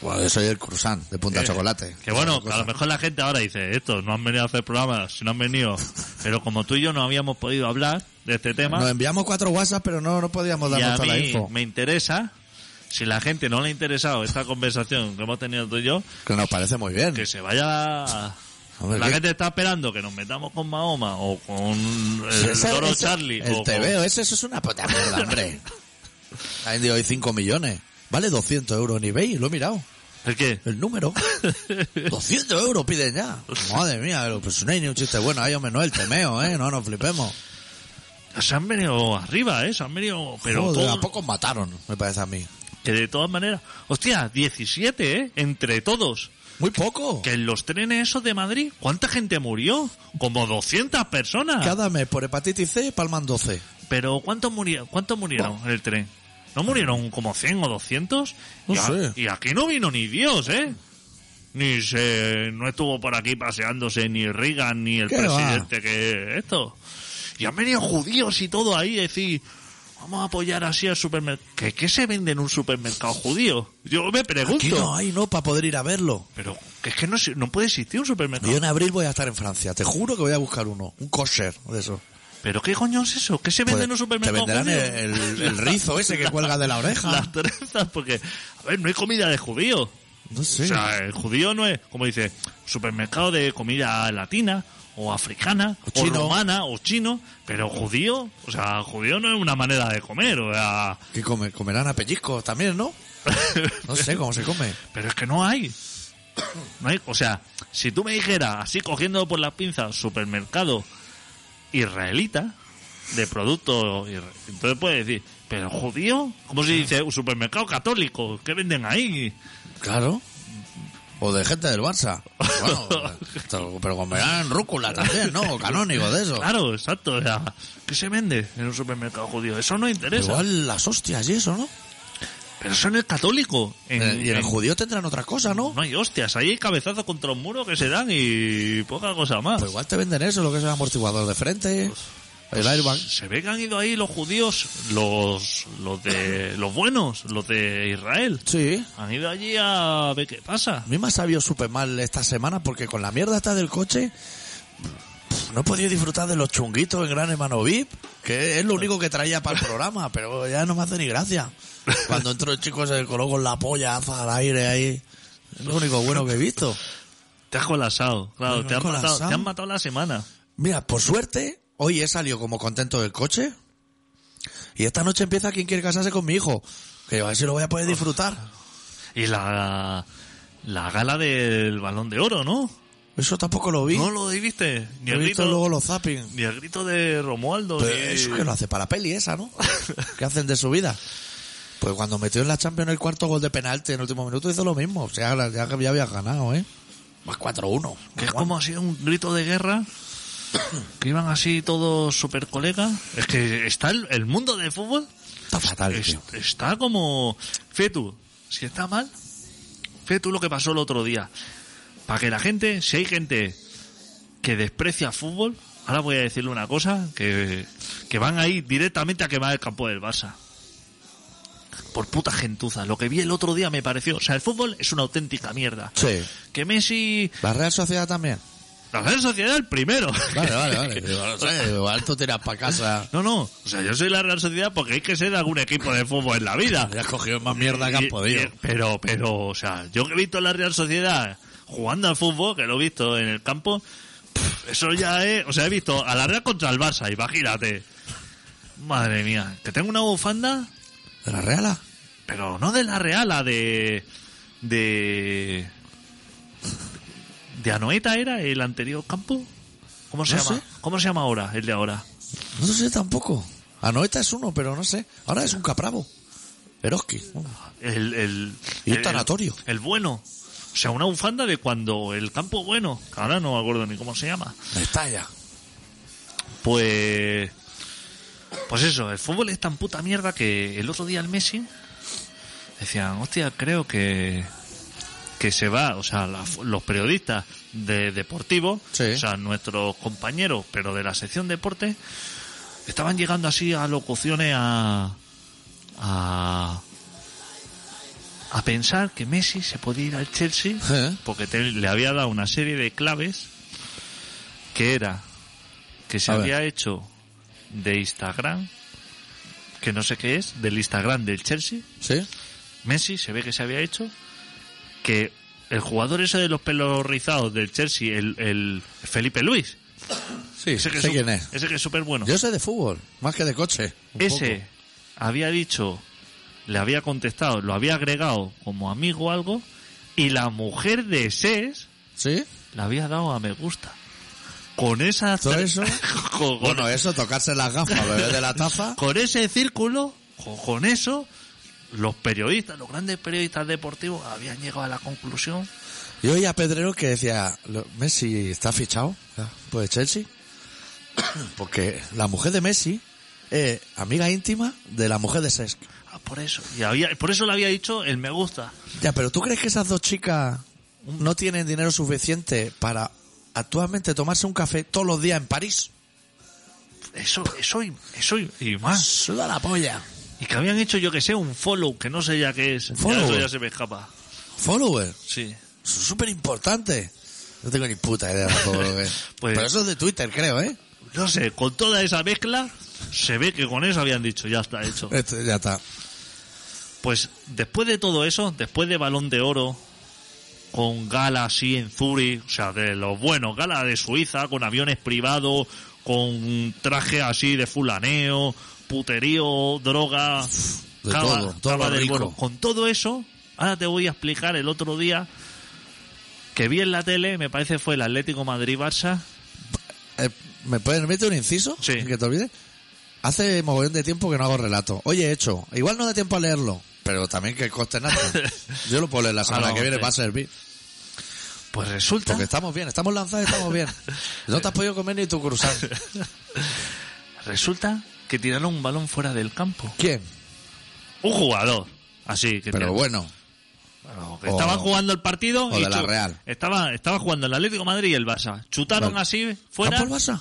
Bueno, yo soy el cruzán de punta chocolate. Que bueno, que Cosa. a lo mejor la gente ahora dice, estos no han venido a hacer programas, si no han venido, pero como tú y yo no habíamos podido hablar de este tema, Nos enviamos cuatro WhatsApp, pero no, no podíamos y darnos a toda la mí info. me interesa, si la gente no le ha interesado esta conversación que hemos tenido tú y yo, Que nos parece muy bien. que se vaya a- Hombre, la ¿qué? gente está esperando que nos metamos con Mahoma o con el Ese- Toro ese- Charlie El o te con- veo, ese, eso es una puta mierda, hombre. Hay de hoy 5 millones. Vale 200 euros en eBay, lo he mirado. ¿El qué? El número. 200 euros piden ya. Madre mía, pero pues no hay ni un chiste bueno. Ay, hombre, no, el temeo, ¿eh? No nos flipemos. Se han venido arriba, ¿eh? Se han venido... Pero Joder, todo- a pocos mataron, me parece a mí. que de todas maneras... Hostia, 17, ¿eh? Entre todos. Muy poco. Que en los trenes esos de Madrid, ¿cuánta gente murió? Como 200 personas. Cada mes por hepatitis C palman 12. Pero ¿cuántos murieron, cuántos murieron en el tren? ¿No murieron como 100 o 200? No y, a- sé. y aquí no vino ni Dios, ¿eh? Ni se... No estuvo por aquí paseándose ni Reagan ni el ¿Qué presidente que esto. Y han venido judíos y todo ahí a decir... Vamos a apoyar así al supermercado. ¿Qué, qué se vende en un supermercado judío? Yo me pregunto. Aquí no hay, ¿no? Para poder ir a verlo. Pero que es que no, se- no puede existir un supermercado. Yo en abril voy a estar en Francia. Te juro que voy a buscar uno. Un kosher de eso. ¿Pero qué coño es eso? ¿Qué se vende en un Pues, supermercado Te venderán judío? Ah. el, el- el rizo ese que cuelga de la oreja. Las trenzas, porque... A ver, no hay comida de judío. No sé. O sea, el judío no es, como dice, supermercado de comida latina o africana o, O chino. romana o chino, pero judío, o sea, judío no es una manera de comer, o sea, que come- comerán a pellizcos también, ¿no? No sé cómo se come. pero es que no hay. No hay, o sea, si tú me dijeras, así cogiendo por las pinzas, supermercado israelita de productos, isra- entonces puedes decir, pero judío, como se dice, un supermercado católico, ¿qué venden ahí? Claro. O de gente del Barça. Bueno, pero- pero comerán rúcula también, ¿no? O Canónigo de eso. Claro, exacto, o sea, ¿qué se vende en un supermercado judío? Eso no interesa. Igual las hostias y eso, ¿no? Pero eso en el católico. En, Eh, y en el en- judío tendrán otra cosa, ¿no? No hay hostias, ahí hay cabezazos contra un muro que se dan y poca cosa más. Pues igual te venden eso, lo que es el amortiguador de frente, Pues, el airbag. se ve que han ido ahí los judíos, los, los de los buenos, los de Israel. Sí. Han ido allí a ver qué pasa. A mí me ha sabido súper mal esta semana porque con la mierda esta del coche pf, no he podido disfrutar de los chunguitos en Gran Hermano VIP, que es lo único que traía para el programa, pero ya no me hace ni gracia. Cuando entró el chico se coló con la polla alza al aire ahí. Es lo único bueno que he visto. Te has colapsado, claro, Me te he han, matado, colapsado. te han matado la semana. Mira, por suerte, hoy he salido como contento del coche. Y esta noche empieza quien quiere casarse con mi hijo. Que a ver si lo voy a poder disfrutar. Y la, la gala del balón de oro, ¿no? Eso tampoco lo vi. No lo viste. Ni he el visto grito, luego los zapping. ni el grito de Romualdo. Pero ni- eso que lo hace para la peli esa, ¿no? ¿Qué hacen de su vida? Pues cuando metió en la Champions el cuarto gol de penalti en el último minuto hizo lo mismo. O sea, la- ya, ya había ganado, ¿eh? Más 4-1. Que es como ha sido un grito de guerra. Que iban así todos super colegas. Es que está el, el mundo del fútbol. Está fatal, es- tío. está como. Fetu, si está mal. Fetu lo que pasó el otro día. Para que la gente, si hay gente que desprecia fútbol, ahora voy a decirle una cosa, que, que van ahí directamente a quemar el campo del Barça. Por puta gentuza. Lo que vi el otro día me pareció. O sea, el fútbol es una auténtica mierda. Sí. Que Messi. La Real Sociedad también. La Real Sociedad el primero. Vale, vale, vale. Igual, ¿sabes? Igual tú te irás para casa. No, no. O sea, yo soy la Real Sociedad porque hay que ser de algún equipo de fútbol en la vida. Ya has cogido más mierda que Y- has podido. y- pero, pero, o sea, yo que he visto la Real Sociedad jugando al fútbol, que lo he visto en el campo, pff, eso ya es. O sea, he visto a la Real contra el Barça, imagínate. Madre mía, que tengo una bufanda, ¿De la Real? pero no de la Real, la de. de. de Anoeta era el anterior campo. ¿Cómo se No llama? sé. ¿Cómo se llama ahora, el de ahora? No sé tampoco. Anoeta es uno, pero no sé. Ahora es un capravo. Eroski. El, el, Y un el- tanatorio. El, bueno. O sea, una bufanda de cuando el campo bueno, que ahora no me acuerdo ni cómo se llama. Me estalla. Pues. Pues eso, el fútbol es tan puta mierda que el otro día el Messi decían, hostia, creo que. que se va, o sea, la- los periodistas de deportivos, Sí. o sea, nuestros compañeros, pero de la sección deporte, estaban llegando así a locuciones a. a. a pensar que Messi se podía ir al Chelsea ¿Eh? porque te- le había dado una serie de claves que era que se A ver. había hecho de Instagram, que no sé qué es, del Instagram del Chelsea. ¿Sí? Messi se ve que se había hecho que el jugador ese de los pelos rizados del Chelsea, el, el Felipe Luis, Sí, ese que sé su- quién es. ese que es súper bueno, Yo sé de fútbol, más que de coche. un ese poco. había dicho, le había contestado, lo había agregado como amigo o algo, y la mujer de SES ¿Sí? le había dado a me gusta. Con esa... ¿Todo eso? con- Bueno, eso, tocarse las gafas, beber de la taza. con ese círculo, con, con eso, los periodistas, los grandes periodistas deportivos habían llegado a la conclusión. Yo oía a Pedrero que decía, "Lo- Messi está fichado por el Chelsea. Porque la mujer de Messi es amiga íntima de la mujer de Sesc. ah, por eso. Y había, por eso le había dicho el me gusta. Ya, pero ¿tú crees que esas dos chicas no tienen dinero suficiente para actualmente tomarse un café todos los días en París? Eso, eso y, eso y, y más. Ah, Suda la polla. Y que habían hecho, yo que sé, un follow, que no sé ya qué es. Ya follow? eso ya se me escapa. Follower. Sí. Súper importante. No tengo ni puta idea de todo lo que es. Pues- Pero eso es de Twitter, creo, ¿eh? No sé, con toda esa mezcla, se ve que con eso habían dicho, ya está hecho. Esto ya está. Pues después de todo eso, después de Balón de Oro, con gala así en Zurich, o sea, de los buenos, gala de Suiza, con aviones privados, con traje así de fulaneo, puterío, droga, De cava- todo, todo cava lo del rico. bueno. Con todo eso, ahora te voy a explicar el otro día que vi en la tele, me parece fue el Atlético Madrid-Barça, Eh, ¿Me puedes meter un inciso? Sí. Sin Que te olvides. Hace mogollón de tiempo que no hago relato. Oye, he hecho. Igual no da tiempo a leerlo, pero también que coste nada. Yo lo puedo leer la semana no, que viene sí. va a servir. pues resulta Porque estamos bien, estamos lanzados y estamos bien. No te has podido comer ni tu cruzado. resulta que tiraron un balón fuera del campo. ¿Quién? Un jugador, así que Pero te- bueno, Bueno, que O- estaban jugando el partido o y de la chu- Real. Estaba, estaba jugando el Atlético de Madrid y el Barça. Chutaron Vale. así ¿campo fuera. del Barça?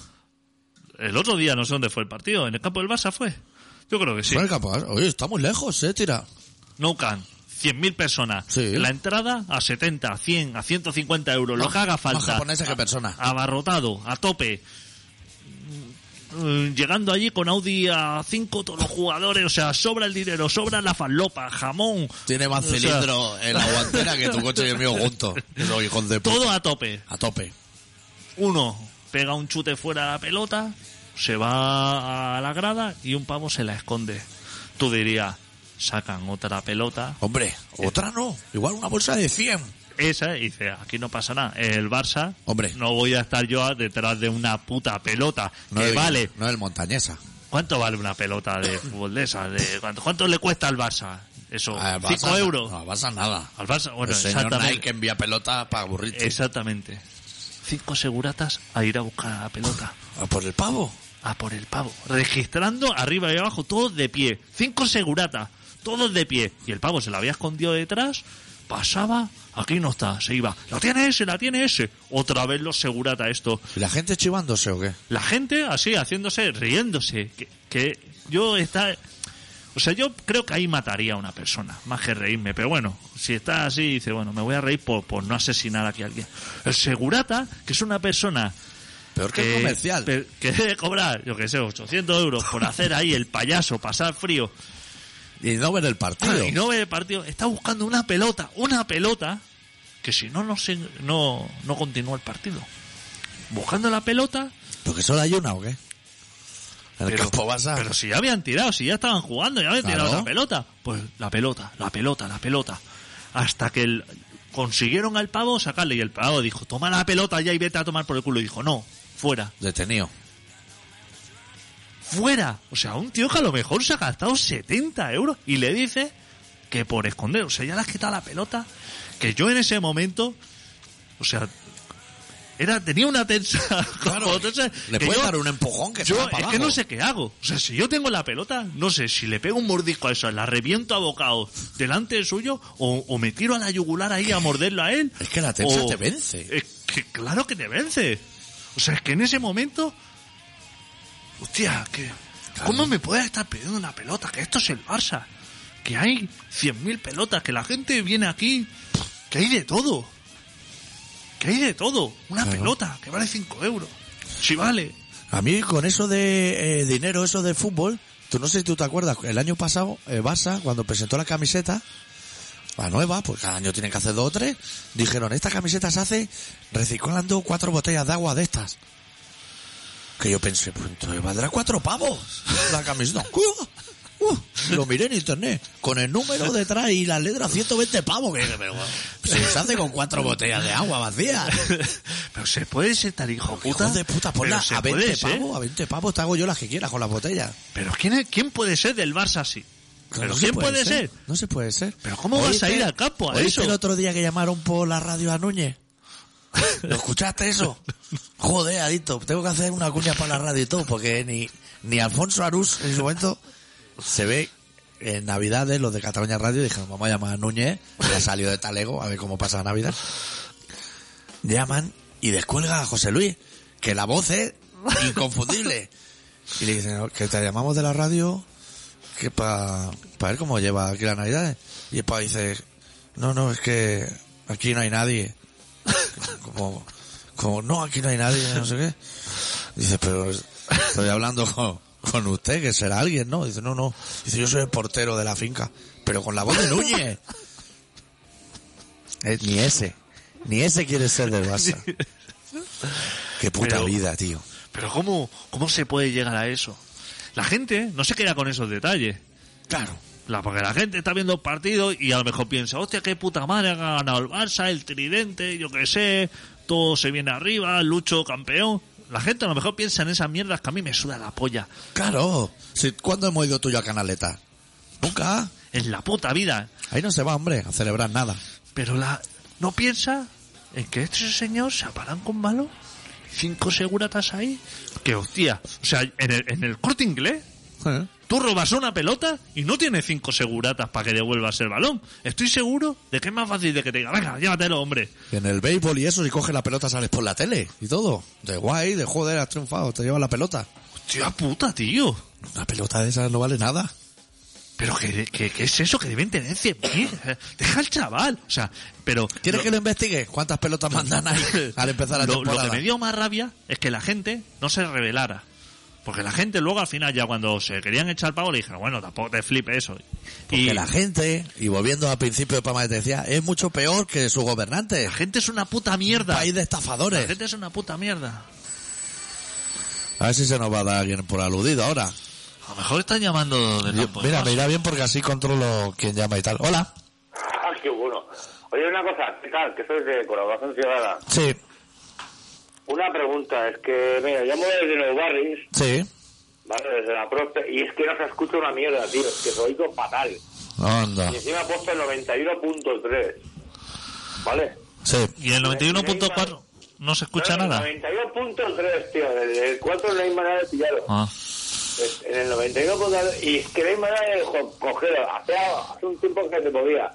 El otro día no sé dónde fue el partido. ¿En el campo del Barça fue? Yo creo que sí. Fue el campo del Barça. Oye, está muy lejos, eh, tira. No can. 100.000 personas. Sí. La entrada a 70, a 100, a 150 euros. Lo que haga Más falta. japoneses que personas. Abarrotado, a tope. Mm, Llegando allí con Audi a 5 todos los jugadores. O sea, sobra el dinero, sobra la falopa, jamón. Tiene más O sea, cilindro en la guantera que tu coche y el mío juntos. Los hijos de puta. Todo a tope. A tope. uno pega un chute fuera de la pelota, se va a la grada y un pavo se la esconde. Tú dirías, sacan otra pelota, Hombre, otra no. Igual una bolsa de 100. esa, y dice, aquí no pasa nada. El Barça, Hombre. no voy a estar yo detrás de una puta pelota. No que del- Eh, vale, No del montañesa. ¿cuánto vale una pelota de fútbol de esa? De, ¿cuánto, cuánto le cuesta al Barça? Eso, Ah, el Barça- 5 Oh, euros. No, al Barça nada. Al Barça, bueno, el señor exactamente. Eh, Nike que envía pelota para aburrirte. Exactamente. Cinco seguratas a ir a buscar a la pelota. Ah, Por el pavo. a por el pavo. Registrando arriba y abajo, todos de pie. Cinco seguratas, todos de pie. Y el pavo se la había escondido detrás, pasaba, Aquí no está, se iba. La tiene ese, la tiene ese. Otra vez los segurata esto. ¿Y la gente chivándose o qué? La gente así, haciéndose, riéndose. Que, que yo está... O sea, yo creo que ahí mataría a una persona, más que reírme. Pero bueno, si está así, dice, bueno, me voy a reír por, por no asesinar aquí a alguien. El segurata, que es una persona Peor que, el Eh, comercial. pe- Que debe cobrar, yo que sé, 800 euros por hacer ahí el payaso, pasar frío Y no ver el partido. y no ve el partido. Está buscando una pelota, una pelota, que si no, no, se- no, no continúa el partido. Buscando la pelota, Porque solo hay una o qué? En el Pero- campo Barça. pero si ya habían tirado, si ya estaban jugando, ya habían Claro. tirado la pelota. Pues la pelota, la pelota, la pelota. Hasta que el- consiguieron al pavo sacarle y el pavo dijo, toma la pelota ya y vete a tomar por el culo. Y dijo, no, fuera, Detenido. fuera. O sea, un tío que a lo mejor se ha gastado 70 euros y le dice que por esconder, o sea, ya le has quitado la pelota, que yo en ese momento, o sea, era tenía una tensa... como tensa, Le que puede yo- dar un empujón que se yo va para es que abajo. no sé qué hago. O sea, si yo tengo la pelota, no sé si le pego un mordisco a eso, la reviento a bocado delante suyo o, o me tiro a la yugular ahí a morderlo a él. Es que la tensa o- te vence. Es que claro que te vence. O sea, es que en ese momento... Hostia, que... ¿Cómo me puedes estar pidiendo una pelota? Que esto es el Barça. Que hay 100.000 pelotas, que la gente viene aquí, que hay de todo. Que hay de todo. Una Claro. pelota que vale 5 euros. Si vale. A mí con eso de eh, dinero, eso de fútbol, tú no sé si tú te acuerdas, el año pasado eh, Barça, cuando presentó la camiseta, la nueva, pues cada año tienen que hacer dos o tres, dijeron, esta camiseta se hace reciclando cuatro botellas de agua de estas. Que yo pensé, pues entonces valdrá cuatro pavos la camiseta. Uh, uh, lo miré en internet, con el número detrás y las letras 120 pavos. Que, dije, pero, bueno, si se hace con cuatro botellas de agua vacías. Pero se puede ser tan hijo puta. Hijos de puta, pero ponla se a puede ¿eh? 20 ser. pavos, a 20 pavos te hago yo las que quieras con las botellas. Pero ¿quién, es- ¿quién puede ser del Barça así? Claro, ¿Pero no se quién puede ser? No se puede ser. ¿Pero cómo vas a ir al campo a ¿oíste eso? el otro día que llamaron por la radio a Núñez? ¿Lo escuchaste eso? Joder, adicto, tengo que hacer una cuña para la radio y todo, porque ni, ni Alfonso Arús en su momento se ve en Navidades, los de Cataluña Radio dijeron, vamos a llamar a Núñez, que ha salido de Talego, a ver cómo pasa la Navidad. Llaman y descuelga a José Luis, que la voz es inconfundible. Y le dicen, que te llamamos de la radio que para ver cómo lleva aquí las navidades. Y el padre dice, no, no, es que aquí no hay nadie. Como, como no, aquí no hay nadie, no sé qué. Dice, pero estoy hablando con, con usted, que será alguien, ¿no? Dice, no, no. Dice, yo soy el portero de la finca, pero con la voz de Núñez. Eh, ni ese, ni ese quiere ser del Barça. Qué puta Pero- vida, tío. Pero ¿cómo, ¿cómo se puede llegar a eso? La gente no se queda con esos detalles. Claro. La, porque la gente está viendo el partido y a lo mejor piensa, hostia, qué puta madre ha ganado el Barça, el tridente, yo qué sé, todo se viene arriba, Lucho campeón. La gente a lo mejor piensa en esas mierdas que a mí me suda la polla. Claro. Si, ¿Cuándo hemos ido tú y yo a Canaleta? Nunca. En la puta vida. Ahí no se va, hombre, a celebrar nada. Pero la no piensa en que este señor se aparan con malo. Cinco seguratas ahí. Que hostia. O sea, en el, en el corte inglés, tú robas una pelota y no tienes cinco seguratas para que devuelvas el balón. Estoy seguro de que es más fácil de que te diga, venga, llévatelo, hombre. En el béisbol y eso, si coges la pelota sales por la tele y todo. De guay, de joder, has triunfado, te llevas la pelota. Hostia puta, tío. Una pelota de esas no vale nada. Pero que, que- que es eso que deben tener 100.000. Deja al chaval. O sea, pero. ¿Quieres lo- que lo investigue? ¿Cuántas pelotas mandan ahí al empezar la lo, lo temporada? que me dio más rabia es que la gente no se rebelara. Porque la gente luego al final ya cuando se querían echar pavo le dijeron, bueno, tampoco te flipe eso. Porque y la gente, y volviendo al principio de Pama te decía, es mucho peor que sus gobernantes. la gente es una puta mierda. País de La estafadores. gente es una puta mierda. A ver si se nos va a dar alguien por aludido ahora. A lo mejor están llamando del Yo- campo de mira, paso. me irá bien porque así controlo quién llama y tal. Hola. Ah, qué bueno. Oye, una cosa, ¿qué tal? Que soy de Colaboración Ciudadana. Sí, Una pregunta, es que, mira, llamo desde Nuevo Barris, sí. ¿vale? Desde la Prospe, y es que no se escucha una mierda, tío, es que se oigo fatal. Onda. Y encima he puesto el 91.3, ¿vale? Sí. Y el 91.4 no se escucha No, nada. En el 91.3, tío, en el- en el 4 no hay manera de pillarlo. Ah. Es- En el 91.3, y es que no hay manera de jo- cogerlo. Hace, hace un tiempo que se podía.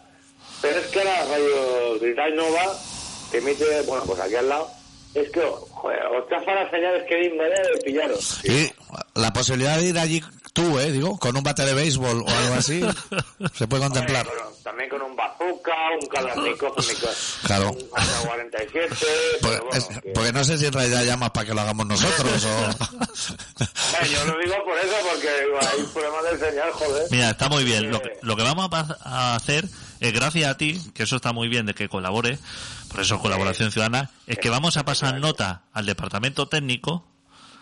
Pero es que la radio Grital Nova te emite, bueno, pues aquí al lado. Es que, joder, os chafan las señales que di manera de pillaros. Y la posibilidad de ir allí tú, eh, digo, con un bate de béisbol o algo así, se puede contemplar. Bueno, también con un bazooka, un Kalashnikov, un Nikos- Claro. un AK-47, Porque, pero bueno, Pues, es- que- porque no sé si en realidad llamas para que lo hagamos nosotros o... Eh, yo lo digo por eso, porque digo, hay problemas de señal, joder. Mira, está muy bien. Lo que, lo que vamos a, pas- a hacer es gracias a ti, que eso está muy bien de que colabore, por eso colaboración ciudadana, es que vamos a pasar nota al departamento técnico,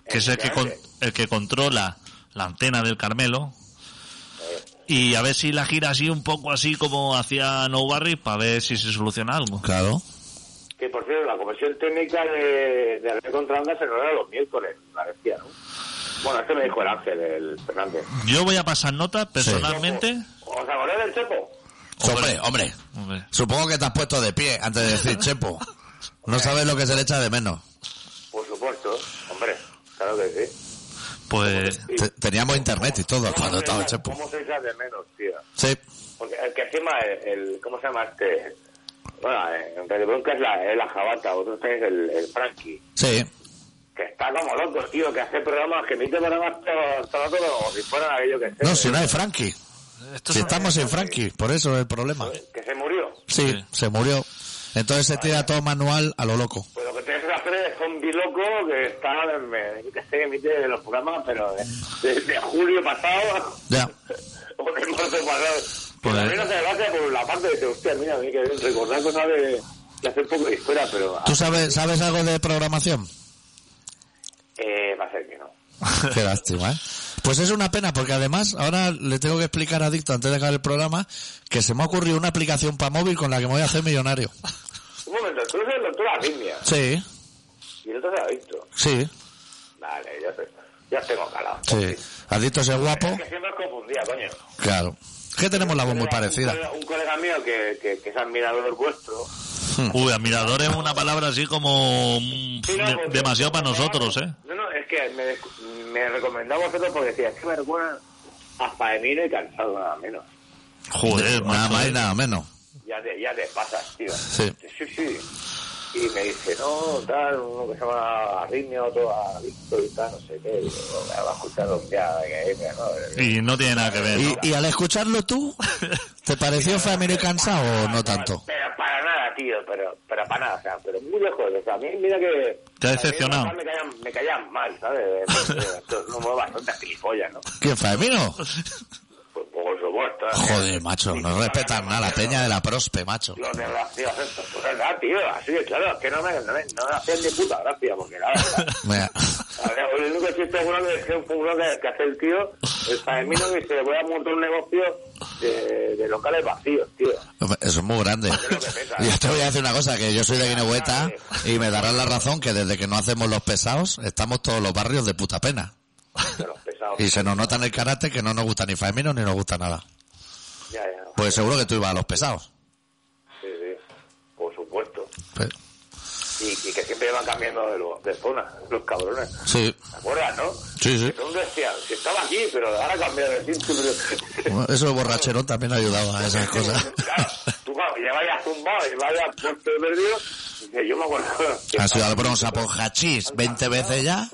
que es el que, con- el que controla la antena del Carmelo, y a ver si la gira así un poco así como hacía No Barry, para ver si se soluciona algo. Claro. Que por cierto, la comisión técnica de, de Albert Contralanda se reúne los miércoles, parecía, ¿no? Bueno, este me dijo el Ángel, el Fernández. Yo voy a pasar nota personalmente. ¿Os acordáis del Chepo? Hombre, hombre. Hombre, Supongo que te has puesto de pie antes de decir Chepo. No sabes lo que se le echa de menos. Por supuesto, hombre, claro que sí. Pues Te- teníamos internet y todo cuando estaba el Chepo. ¿Cómo se echa de menos, tío? Sí. Porque el que encima, el, el- ¿cómo se llama este? Bueno, eh, en Radio Bronca es la, es la Jabata, vosotros tenéis el, el Frankie. Sí. Que está como loco, tío, que hace programas, que emite programas todo, todo, el rato como si fueran aquello que se, No, si no hay Frankie. esto Si estamos sin Frankie, por eso es el problema. que se murió. Sí, se murió. Entonces se tira todo manual a lo loco. Pues lo que tienes que hacer es zombie loco que está, me- que se emite los programas, pero desde julio pasado Ya. o de marzo pasado. Pues- Pues a mí no se me gracia por la parte de que, hostia, mira, a mí que recordar cosas de, de hace poco de historia, pero ah, ¿Tú sabes, sabes algo de programación? eh, va a ser que no. Qué lástima, ¿eh? Pues es una pena porque además ahora le tengo que explicar a Dicto antes de acabar el programa que se me ha ocurrido una aplicación para móvil con la que me voy a hacer millonario. Un momento, tú eres el doctor Arritmia Sí, y el otro se lo ha visto. sí, Vale, ya sé. Ya os tengo calado. sí. Adicto es guapo. Es que siempre os confundía, coño. Claro. Es que tenemos la voz muy Un parecida. colega- Un colega mío que, que, que es admirador vuestro. Uy, admirador es una palabra así como mm, Sí, no, pues, de- porque- demasiado para nosotros, ¿eh? No, no, es que me, des- me recomendaba vosotros porque decía, es que me recuerda a Faemino y cansado, nada menos. Joder, Nada macho, más eh. y nada menos. Ya te, ya te pasas, tío. Sí. sí, sí. Y me dice, no, tal, uno que se llama Arritmia, otro a Víctor y tal, no sé qué. Y digo, me va a escuchar un día, que que no. Y no tiene nada que ver. ¿no? Y, y al escucharlo tú, ¿te pareció familiar y cansado o no tanto? Pero para nada, tío, pero, pero para nada, o sea, pero muy lejos. O sea, a mí, mira que. Te ha decepcionado. a mí Me callan, me callan mal, ¿sabes? Esto no mueve bastante a gilipollas, ¿no? ¿Quién Famino? Pues por supuesto. Joder, macho, no respetan nada la peña de la prospe, macho. Los desgraciados estos, pues verdad, tío, así de claro, es que no me, no me, no me hacen ni puta gracia, porque la verdad. Mira, A ver, el único chiste bueno que es que un poco que, que hace el tío, el Faemino, que se le voy a montar un negocio de, de locales vacíos, tío. hombre, eso es muy grande. Yo te voy a decir una cosa, que yo soy de Guinehueta y me darás la razón que desde que no hacemos los pesados, estamos todos los barrios de puta pena. De los pesados. Y se nos nota en el carácter que no nos gusta ni Famino ni nos gusta nada. Ya, ya. Pues seguro que tú ibas a los pesados. Sí, sí. Por supuesto. Pues, y, y que siempre van cambiando de, lo- de zona, los cabrones. sí, ¿Te acuerdas, no? sí, sí. Que Son bestias. Si estaba aquí, pero ahora ha cambiado de sitio. pero- Bueno, Eso de borracherón también ayudaba a esas cosas. Claro, tú claro, ya vayas tumbado y vayas puesto de perdido. dice, Yo me acuerdo. que Ha sido al bronce por hachís 20 veces ya.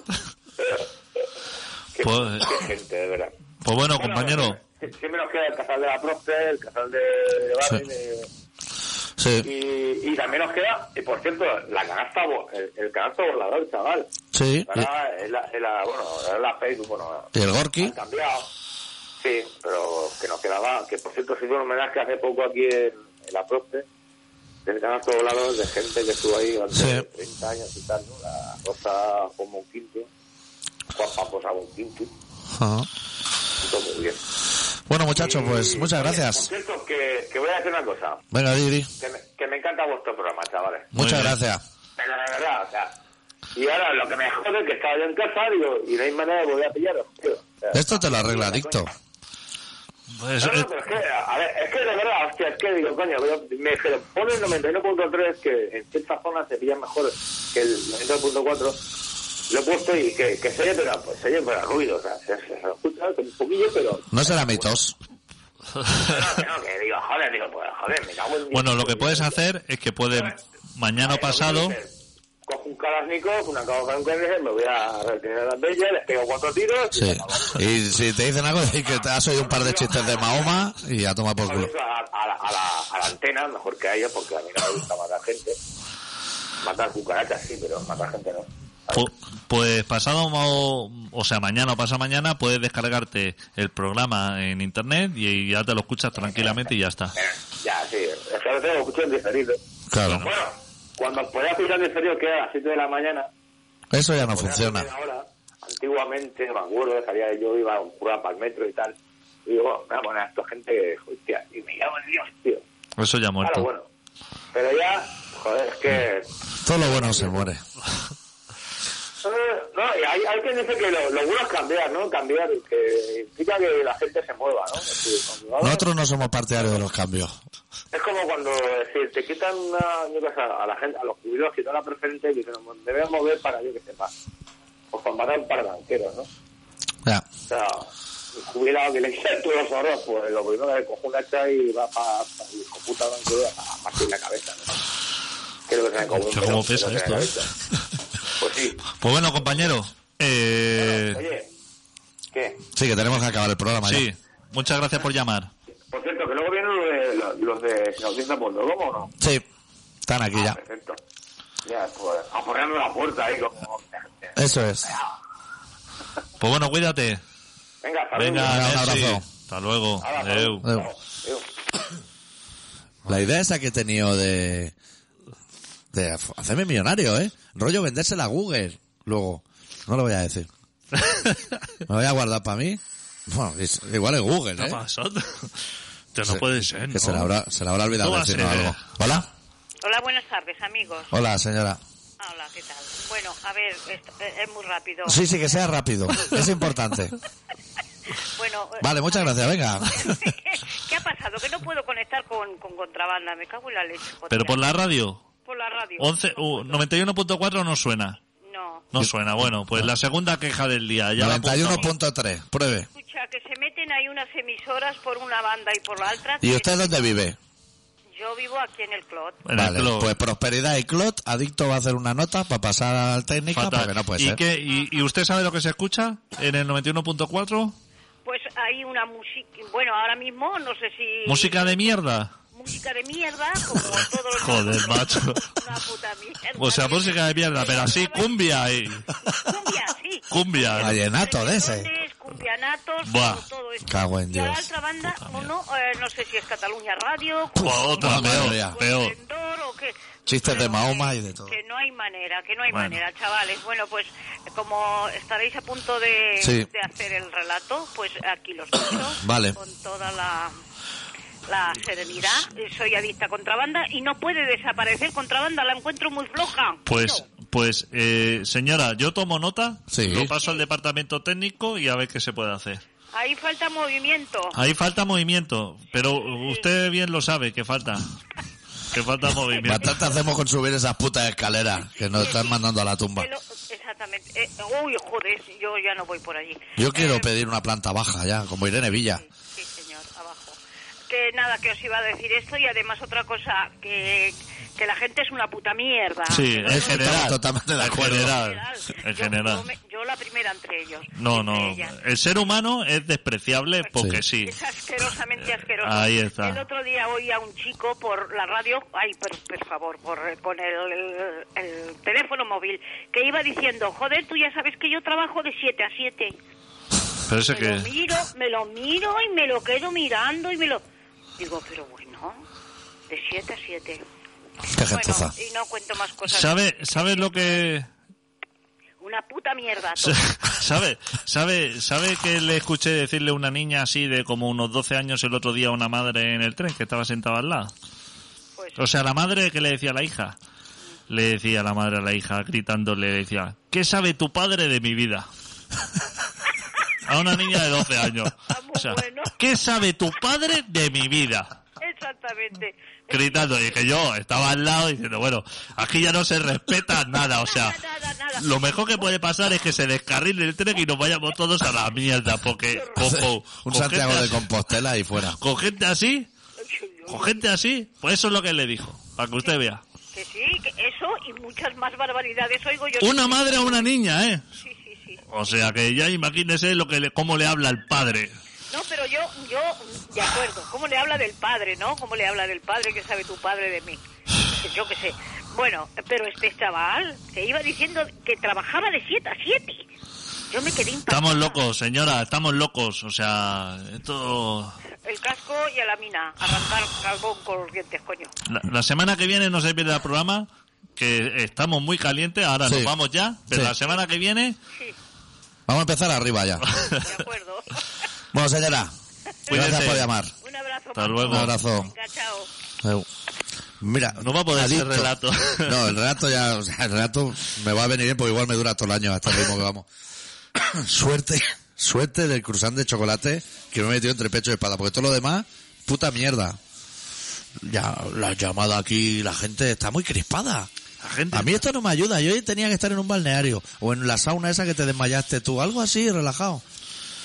que- Pues- que gente, de verdad. pues, Pues bueno, compañero, Sie- Siempre nos queda el casal de la Proster, el casal de, de Barney, de- Sí, y, y también nos queda, y por cierto, la canasta, vo- el, el canasta volador, chaval. sí. Ahora es la, es la, bueno, ahora es la Facebook, bueno, Y el Gorky. Han cambiado. Sí, pero que nos quedaba, que por cierto se hizo un homenaje hace poco aquí en, en la Proste, del canasto volado de gente que estuvo ahí durante Sí. 30 años y tal, ¿no? La Rosa Juan Monquinto, Juan Papo Sabonquinto, Ajá. todo muy bien. Bueno, muchachos, pues Y, muchas oye, gracias. Por cierto, que, que voy a decir una cosa, Venga, Didi. que me, que me encanta vuestro programa, chavales. Muy Muchas bien. gracias. Pero de verdad, o sea, y ahora lo que me jode es que estaba yo en casa, digo, y no hay manera de volver a pillaros, tío. O sea, Esto te lo arregla, adicto. pues, No, eh, no, pero es que, a ver, es que de verdad, hostia, es que digo, coño, pero me dijeron, pon el 99.3 que en ciertas zonas se pilla mejor que el 99.4. Lo he puesto y que, que se oye, pero, pues, se oye, pero ruido, o sea, se, se- se escucha un poquillo, pero No será mi tos. No, no, que digo, joder, digo, pues joder, me cago en mi- Bueno, lo que puedes hacer es que puedes, mañana o Bueno, pasado, dices, Cojo un Kalashnikov, una cabo con me voy a retener a las bellas, les pego cuatro tiros. y Sí. se acabó. Y si te dicen algo, di que te has oído un par de chistes de Mahoma y a tomar por Por culo. eso a, a la, a la- a la antena, mejor que a ella, porque a mí no me gusta matar gente. Matar cucarachas sí, pero matar gente no. pu- pues pasado, o, o sea, mañana o pasado mañana, puedes descargarte el programa en internet y ya te lo escuchas tranquilamente y ya está. Pero, ya, sí, es que ahora tengo que escuchar en diferido. Claro. Bueno, cuando podía escuchar en diferido, que era a las 7 de la mañana, Eso ya no funciona. Ahora, antiguamente, me acuerdo, salía yo, iba a un cura para el metro y tal. Y digo, "Oh, me voy a poner a esta gente, hostia, y me llamo Dios, tío. Eso ya ha Claro, muerto. bueno. Pero ya, joder, es que... Todo lo bueno se muere. Eh, No, y hay, hay quien dice que lo, lo bueno es cambiar, ¿no? Cambiar, que implica que la gente se mueva, ¿no? Es, decir, cuando ahora- Nosotros no somos partidarios de los cambios. es como cuando es decir, te quitan una, yo qué sé, a la gente, a los jubilados, quitan la preferencia y dicen, debemos mover para yo que sepa. O para matar para banqueros, ¿no? Ya. O sea, un jubilado que le quitan todos los ahorros, pues lo primero que coge un hacha y va para pa, el hijo puta banquero a partir la cabeza, ¿no? Creo que se me acabó un Mucho, pelo, ¿cómo pesa creo que esto, me eh? cabeza. Pues sí. Pues bueno, compañero, eh, Oye, ¿qué? Sí, que tenemos que acabar el programa sí, ya. muchas gracias por llamar. Por cierto, que luego vienen los de, los, los de Sin Audiencia por Luego, ¿o no? Sí. Están aquí ya. Perfecto. Ya, pues, a ponernos la puerta ahí como... Eso es. Pues bueno, cuídate. Venga, saludos. Venga, Un abrazo. Messi. Hasta luego. Ahora, Adeu. saludos. Adeu. Adeu. La idea esa que he tenido de... De af- hacerme millonario, ¿eh? Rollo vendérsela a Google. Luego. No lo voy a decir. Me voy a guardar para mí. Bueno, es- igual es Google, ¿Qué ha ¿eh? pasado? Esto no puede ser, Que ¿no? se la habrá, se la habrá olvidado No va a decirnos ser. ¿eh? algo. Hola. Hola, buenas tardes, amigos. Hola, señora. Ah, Hola, ¿qué tal? Bueno, a ver, esto eh, es es muy rápido. Sí, sí, que sea rápido. Es importante. Bueno, eh, Vale, muchas gracias, venga. ¿qué ha pasado? Que no puedo conectar con, con contrabanda, me cago en la leche. joder. Pero por la radio, Por la radio. 11, uh, 91.4 no suena. No. No suena, bueno, pues la segunda queja del día. Ya la apuntamos. 91.3, pruebe. Escucha, que se meten ahí unas emisoras por una banda y por la otra. ¿Y que usted dónde vive? Yo vivo aquí en el Clot. En el Vale, club. pues Prosperidad y Clot, Adicto va a hacer una nota para pasar al técnica Fatal. porque no puede ¿Y, ser. qué- y, y usted sabe lo que se escucha en el 91.4? Pues hay una música... Bueno, ahora mismo no sé si... ¿Música de mierda? Música de mierda, como todos los... Joder, macho. Una puta mierda. O sea, música de mierda, pero así cumbia y... Cumbia, sí. Cumbia. Vallenato de ese. Reggaetones, Cumbianatos, Buah, todo, todo esto. cago en Y a la Dios. otra banda, uno, eh, no sé si es Cataluña Radio, Pua, otra, Madre peor, mía. peor. Esplendor o qué. Chistes de Pero Mahoma que- y de todo. Que no hay manera, que no hay Bueno. manera, chavales. Bueno, pues como estaréis a punto de, Sí. de hacer el relato, pues aquí los dejo. Vale. Con toda la la serenidad, Eh, soy adicta a contrabanda y no puede desaparecer contrabanda, la encuentro muy floja. Pues, pues eh, señora, yo tomo nota, Sí. lo paso al departamento técnico y a ver qué se puede hacer. Ahí falta movimiento. Ahí falta movimiento, pero usted bien lo sabe que falta. Que falta movimiento. Bastante hacemos con subir esas putas escaleras que nos están mandando a la tumba. Que lo- exactamente. Eh, uy, joder, yo ya no voy por allí. Yo quiero Eh, pedir una planta baja ya, como Irene Villa. Sí, señor, abajo. Que nada, que os iba a decir esto y además otra cosa, que, que la gente es una puta mierda. Sí, en general. Estamos totalmente de en acuerdo. general. En Yo- general. Yo, me- yo la primera entre ellos. No, entre no. ellas. El ser humano es despreciable porque sí. Eh, Es asquerosamente asqueroso. ahí está. El otro día oí a un chico por la radio, ay, por, por favor, por, con el, el- el teléfono móvil, que iba diciendo, joder, tú ya sabes que yo trabajo de 7 a 7. Pero ese me lo que. miro, me lo miro y me lo quedo mirando y me lo... Digo, pero bueno, de 7 a 7. Qué Bueno, gentuza. y no cuento más cosas. ¿Sabe, sabe lo que.? Una puta mierda. todo. ¿Sabe, sabe, sabe que le escuché decirle a una niña así de como unos 12 años el otro día a una madre en el tren que estaba sentada al lado? Pues, O sea, la madre que le decía a la hija. Le decía la madre a la hija, gritándole, le decía, ¿qué sabe tu padre de mi vida? A una niña de 12 años. Ah, muy O sea, bueno. ¿qué sabe tu padre de mi vida? exactamente. gritando y que yo estaba al lado diciendo, bueno, aquí ya no se respeta nada, o sea, Nada, nada, nada. lo mejor que puede pasar es que se descarrile el tren y nos vayamos todos a la mierda, porque con, con- Un con Santiago gente de así- Compostela y fuera. con gente así, con gente así, pues eso es lo que le dijo, para que usted vea. Que sí, que eso y muchas más barbaridades oigo yo. Una madre a una niña, ¿eh? Sí, sí, sí. O sea que ya imagínese lo que le- cómo le habla el padre. No, pero yo, yo, de acuerdo. ¿Cómo le habla del padre, no? ¿Cómo le habla del padre? ¿Qué sabe tu padre de mí? Yo qué sé. Bueno, pero este chaval que iba diciendo que trabajaba de 7 a 7. Yo me quedé impactada. Estamos locos, señora, estamos locos. O sea, esto... El casco y a la mina. Arrancar carbón con los dientes, coño. La, la semana que viene no se pierda el programa, que estamos muy calientes, ahora Sí. nos vamos ya, pero Sí. la semana que viene, Sí, Vamos a empezar arriba ya. de acuerdo. Bueno, señora. Gracias Cuídese. por llamar. Un abrazo. Hasta Paco. luego. Un abrazo. Venga, chao. Eh, Mira, No va a poder ser relato. No, el relato ya, o sea, el relato me va a venir bien porque igual me dura todo el año hasta el ritmo que vamos. suerte, suerte del cruzante de chocolate que me he metido entre pecho y espada, porque todo lo demás, puta mierda. Ya, la llamada aquí, la gente está muy crispada. la gente... A mí esto no me ayuda, yo tenía que estar en un balneario o en la sauna esa que te desmayaste tú, algo así, relajado.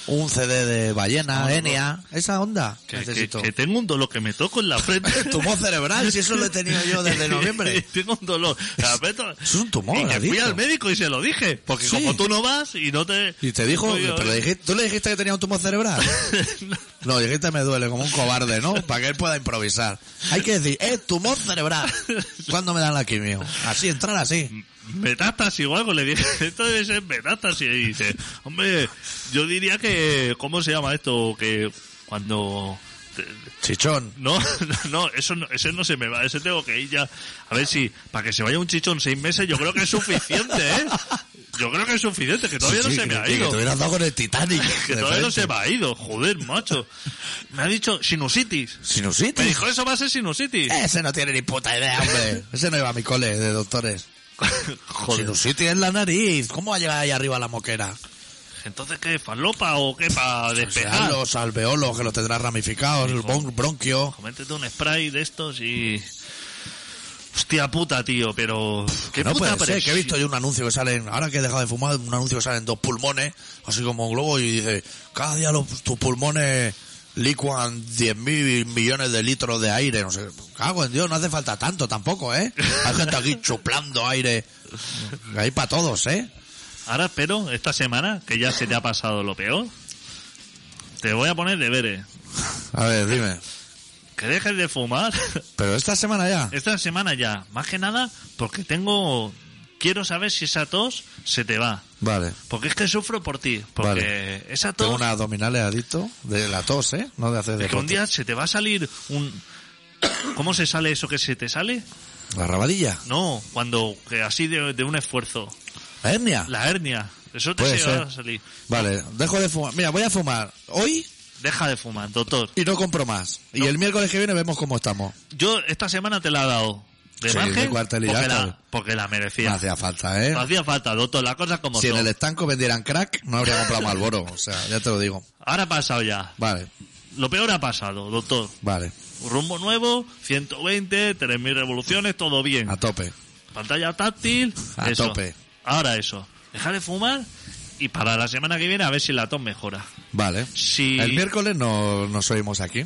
Un CD de ballena, Enia, esa onda. que, que- necesito. que tengo un dolor que me toco en la frente. Tumor cerebral, si eso lo he tenido yo desde noviembre. tengo un dolor. Me aprieto- Es un tumor, Y que has fui dicho. al médico y se lo dije. Porque Sí. como tú no vas y no te... Y te dijo, Oye, pero le dijiste- ¿tú le dijiste que tenía un tumor cerebral? No, dijiste me duele, como un cobarde, ¿no? Para que él pueda improvisar. Hay que decir, eh, tumor cerebral. ¿Cuándo me dan la quimio? Así, entrar así. metástasis o algo, le dije, esto debe ser metástasis. Y dice, hombre, yo diría que, ¿cómo se llama esto? Que cuando... te- Chichón. No, no, no, eso no, ese no se me va, ese tengo que ir ya. A ver si, para que se vaya un chichón seis meses, yo creo que es suficiente, ¿eh? Yo creo que es suficiente, que todavía Sí, sí, no se me que- ha Que ido. te hubieras dado con el Titanic. Que de todavía no se frente. me ha ido, joder, macho. Me ha dicho sinusitis. Me Sinusitis. dijo, eso va a ser sinusitis. Ese no tiene ni puta idea, hombre. Ese no iba a mi cole de doctores. Joder. Sinusitis es la nariz. ¿Cómo va a llegar ahí arriba la moquera? Entonces, ¿qué? ¿Falopa o qué? Para Serán despejar. los alveolos que los tendrás ramificados, el bon- bronquio. Coméntete un spray de estos y... Hostia puta, tío, pero... ¿Qué no puta puede ser, que he presión. visto yo un anuncio que salen, ahora que he dejado de fumar, un anuncio que salen dos pulmones, así como un globo, y dice, cada día los, tus pulmones licuan 10.000 mil millones de litros de aire, no sé, cago en Dios, no hace falta tanto tampoco, ¿eh? Hay gente aquí chuplando aire, ahí para todos, ¿eh? Ahora espero, esta semana, que ya se te ha pasado lo peor, te voy a poner deberes. A ver, dime, Que dejes de fumar. pero esta semana ya, Esta semana ya, más que nada, porque tengo... Quiero saber si esa tos se te va. vale, Porque es que sufro por ti. Porque Vale. esa tos... tengo unas abdominales adicto de la tos, ¿eh? No de hacer es que un deporte. día se te va a salir un... ¿Cómo se sale eso que se te sale? La rabadilla, No, cuando... que así de- de un esfuerzo. la hernia. La hernia. Eso te Puede se va ser. a salir. Vale, dejo de fumar. Mira, voy a fumar hoy Deja de fumar, doctor. Y no compro más. Y el miércoles que viene vemos cómo estamos. Yo esta semana te la he dado. De Sí, margen, de cuartel y porque, ya la, está. porque la merecía. No No hacía falta, ¿eh? hacía falta, doctor. Las cosas como Si en son. el estanco vendieran crack, no habría comprado Malboro. O sea, ya te lo digo. Ahora ha pasado ya. Vale, Lo peor ha pasado, doctor. vale. Rumbo nuevo, 120, 3.000 revoluciones, todo bien. A tope. Pantalla táctil. A eso. tope. Ahora eso. Dejar de fumar y para la semana que viene a ver si la tos mejora. Vale. Si- El miércoles no nos oímos aquí.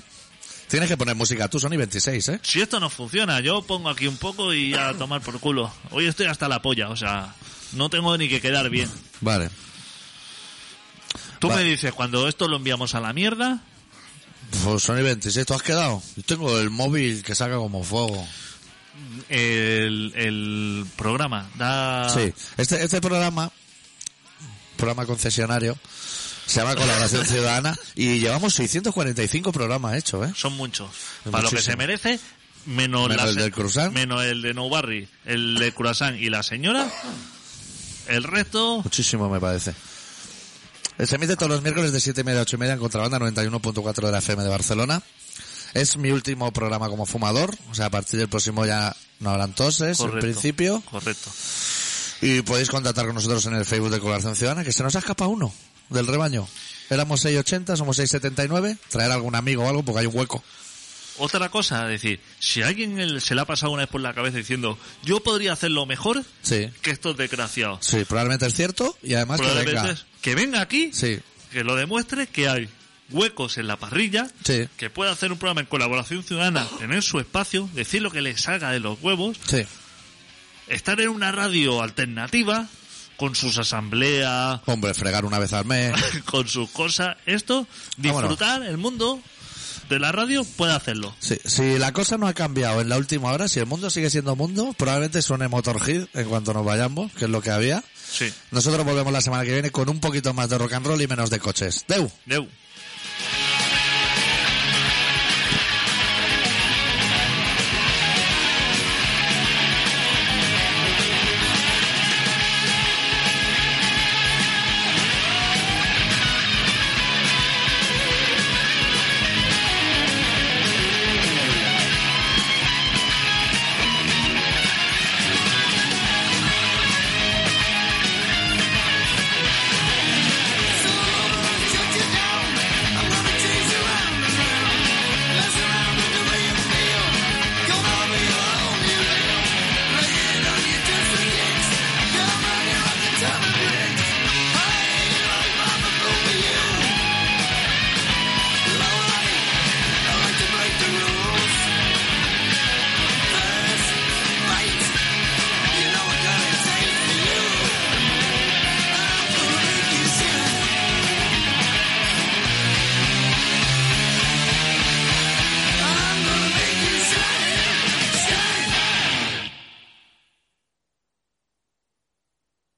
Tienes que poner música tú, Sony 26, ¿eh? Si esto no funciona, yo pongo aquí un poco y a tomar por culo. Hoy estoy hasta la polla, o sea, no tengo ni que quedar bien. Vale. Tú Va. me dices, cuando esto lo enviamos a la mierda, Pues Sony 26, ¿tú has quedado? Yo tengo el móvil que saca como fuego. el, el programa da... Sí. Este, este programa, programa concesionario, se llama Colaboración Ciudadana y llevamos 645 programas hechos, ¿eh? Son muchos. Para lo que Muchísimo. se merece, menos, Menos la el se- del croissant. Menos el de No Barry, el de Curasán y la señora. El resto... Muchísimo, me parece. Se emite todos los miércoles de 7 y media a 8 y media en Contrabanda 91.4 de la FM de Barcelona. Es mi último programa como fumador. O sea, a partir del próximo ya no habrán toses, Correcto, en principio. Correcto. Y podéis contactar con nosotros en el Facebook de Colaboración Ciudadana, que se nos ha escapado uno del rebaño. Éramos 680, somos 679. Traer algún amigo o algo porque hay un hueco. Otra cosa, es decir, si a alguien el- se le ha pasado una vez por la cabeza diciendo, yo podría hacerlo mejor Sí. que estos desgraciados. Sí, probablemente es cierto y además que Probablemente venga. es que venga aquí, Sí, que lo demuestre que hay huecos en la parrilla, sí, que pueda hacer un programa en colaboración ciudadana, tener su espacio, decir lo que le salga de los huevos, sí. estar en una radio alternativa, con sus asambleas, Hombre, fregar una vez al mes. con sus cosas, esto, Vámonos. disfrutar el mundo de la radio, puede hacerlo. Sí, si la cosa no ha cambiado en la última hora, si el mundo sigue siendo mundo, probablemente suene Motorhead en cuanto nos vayamos, que es lo que había. Sí. Nosotros volvemos la semana que viene con un poquito más de rock and roll y menos de coches. Deu. Deu.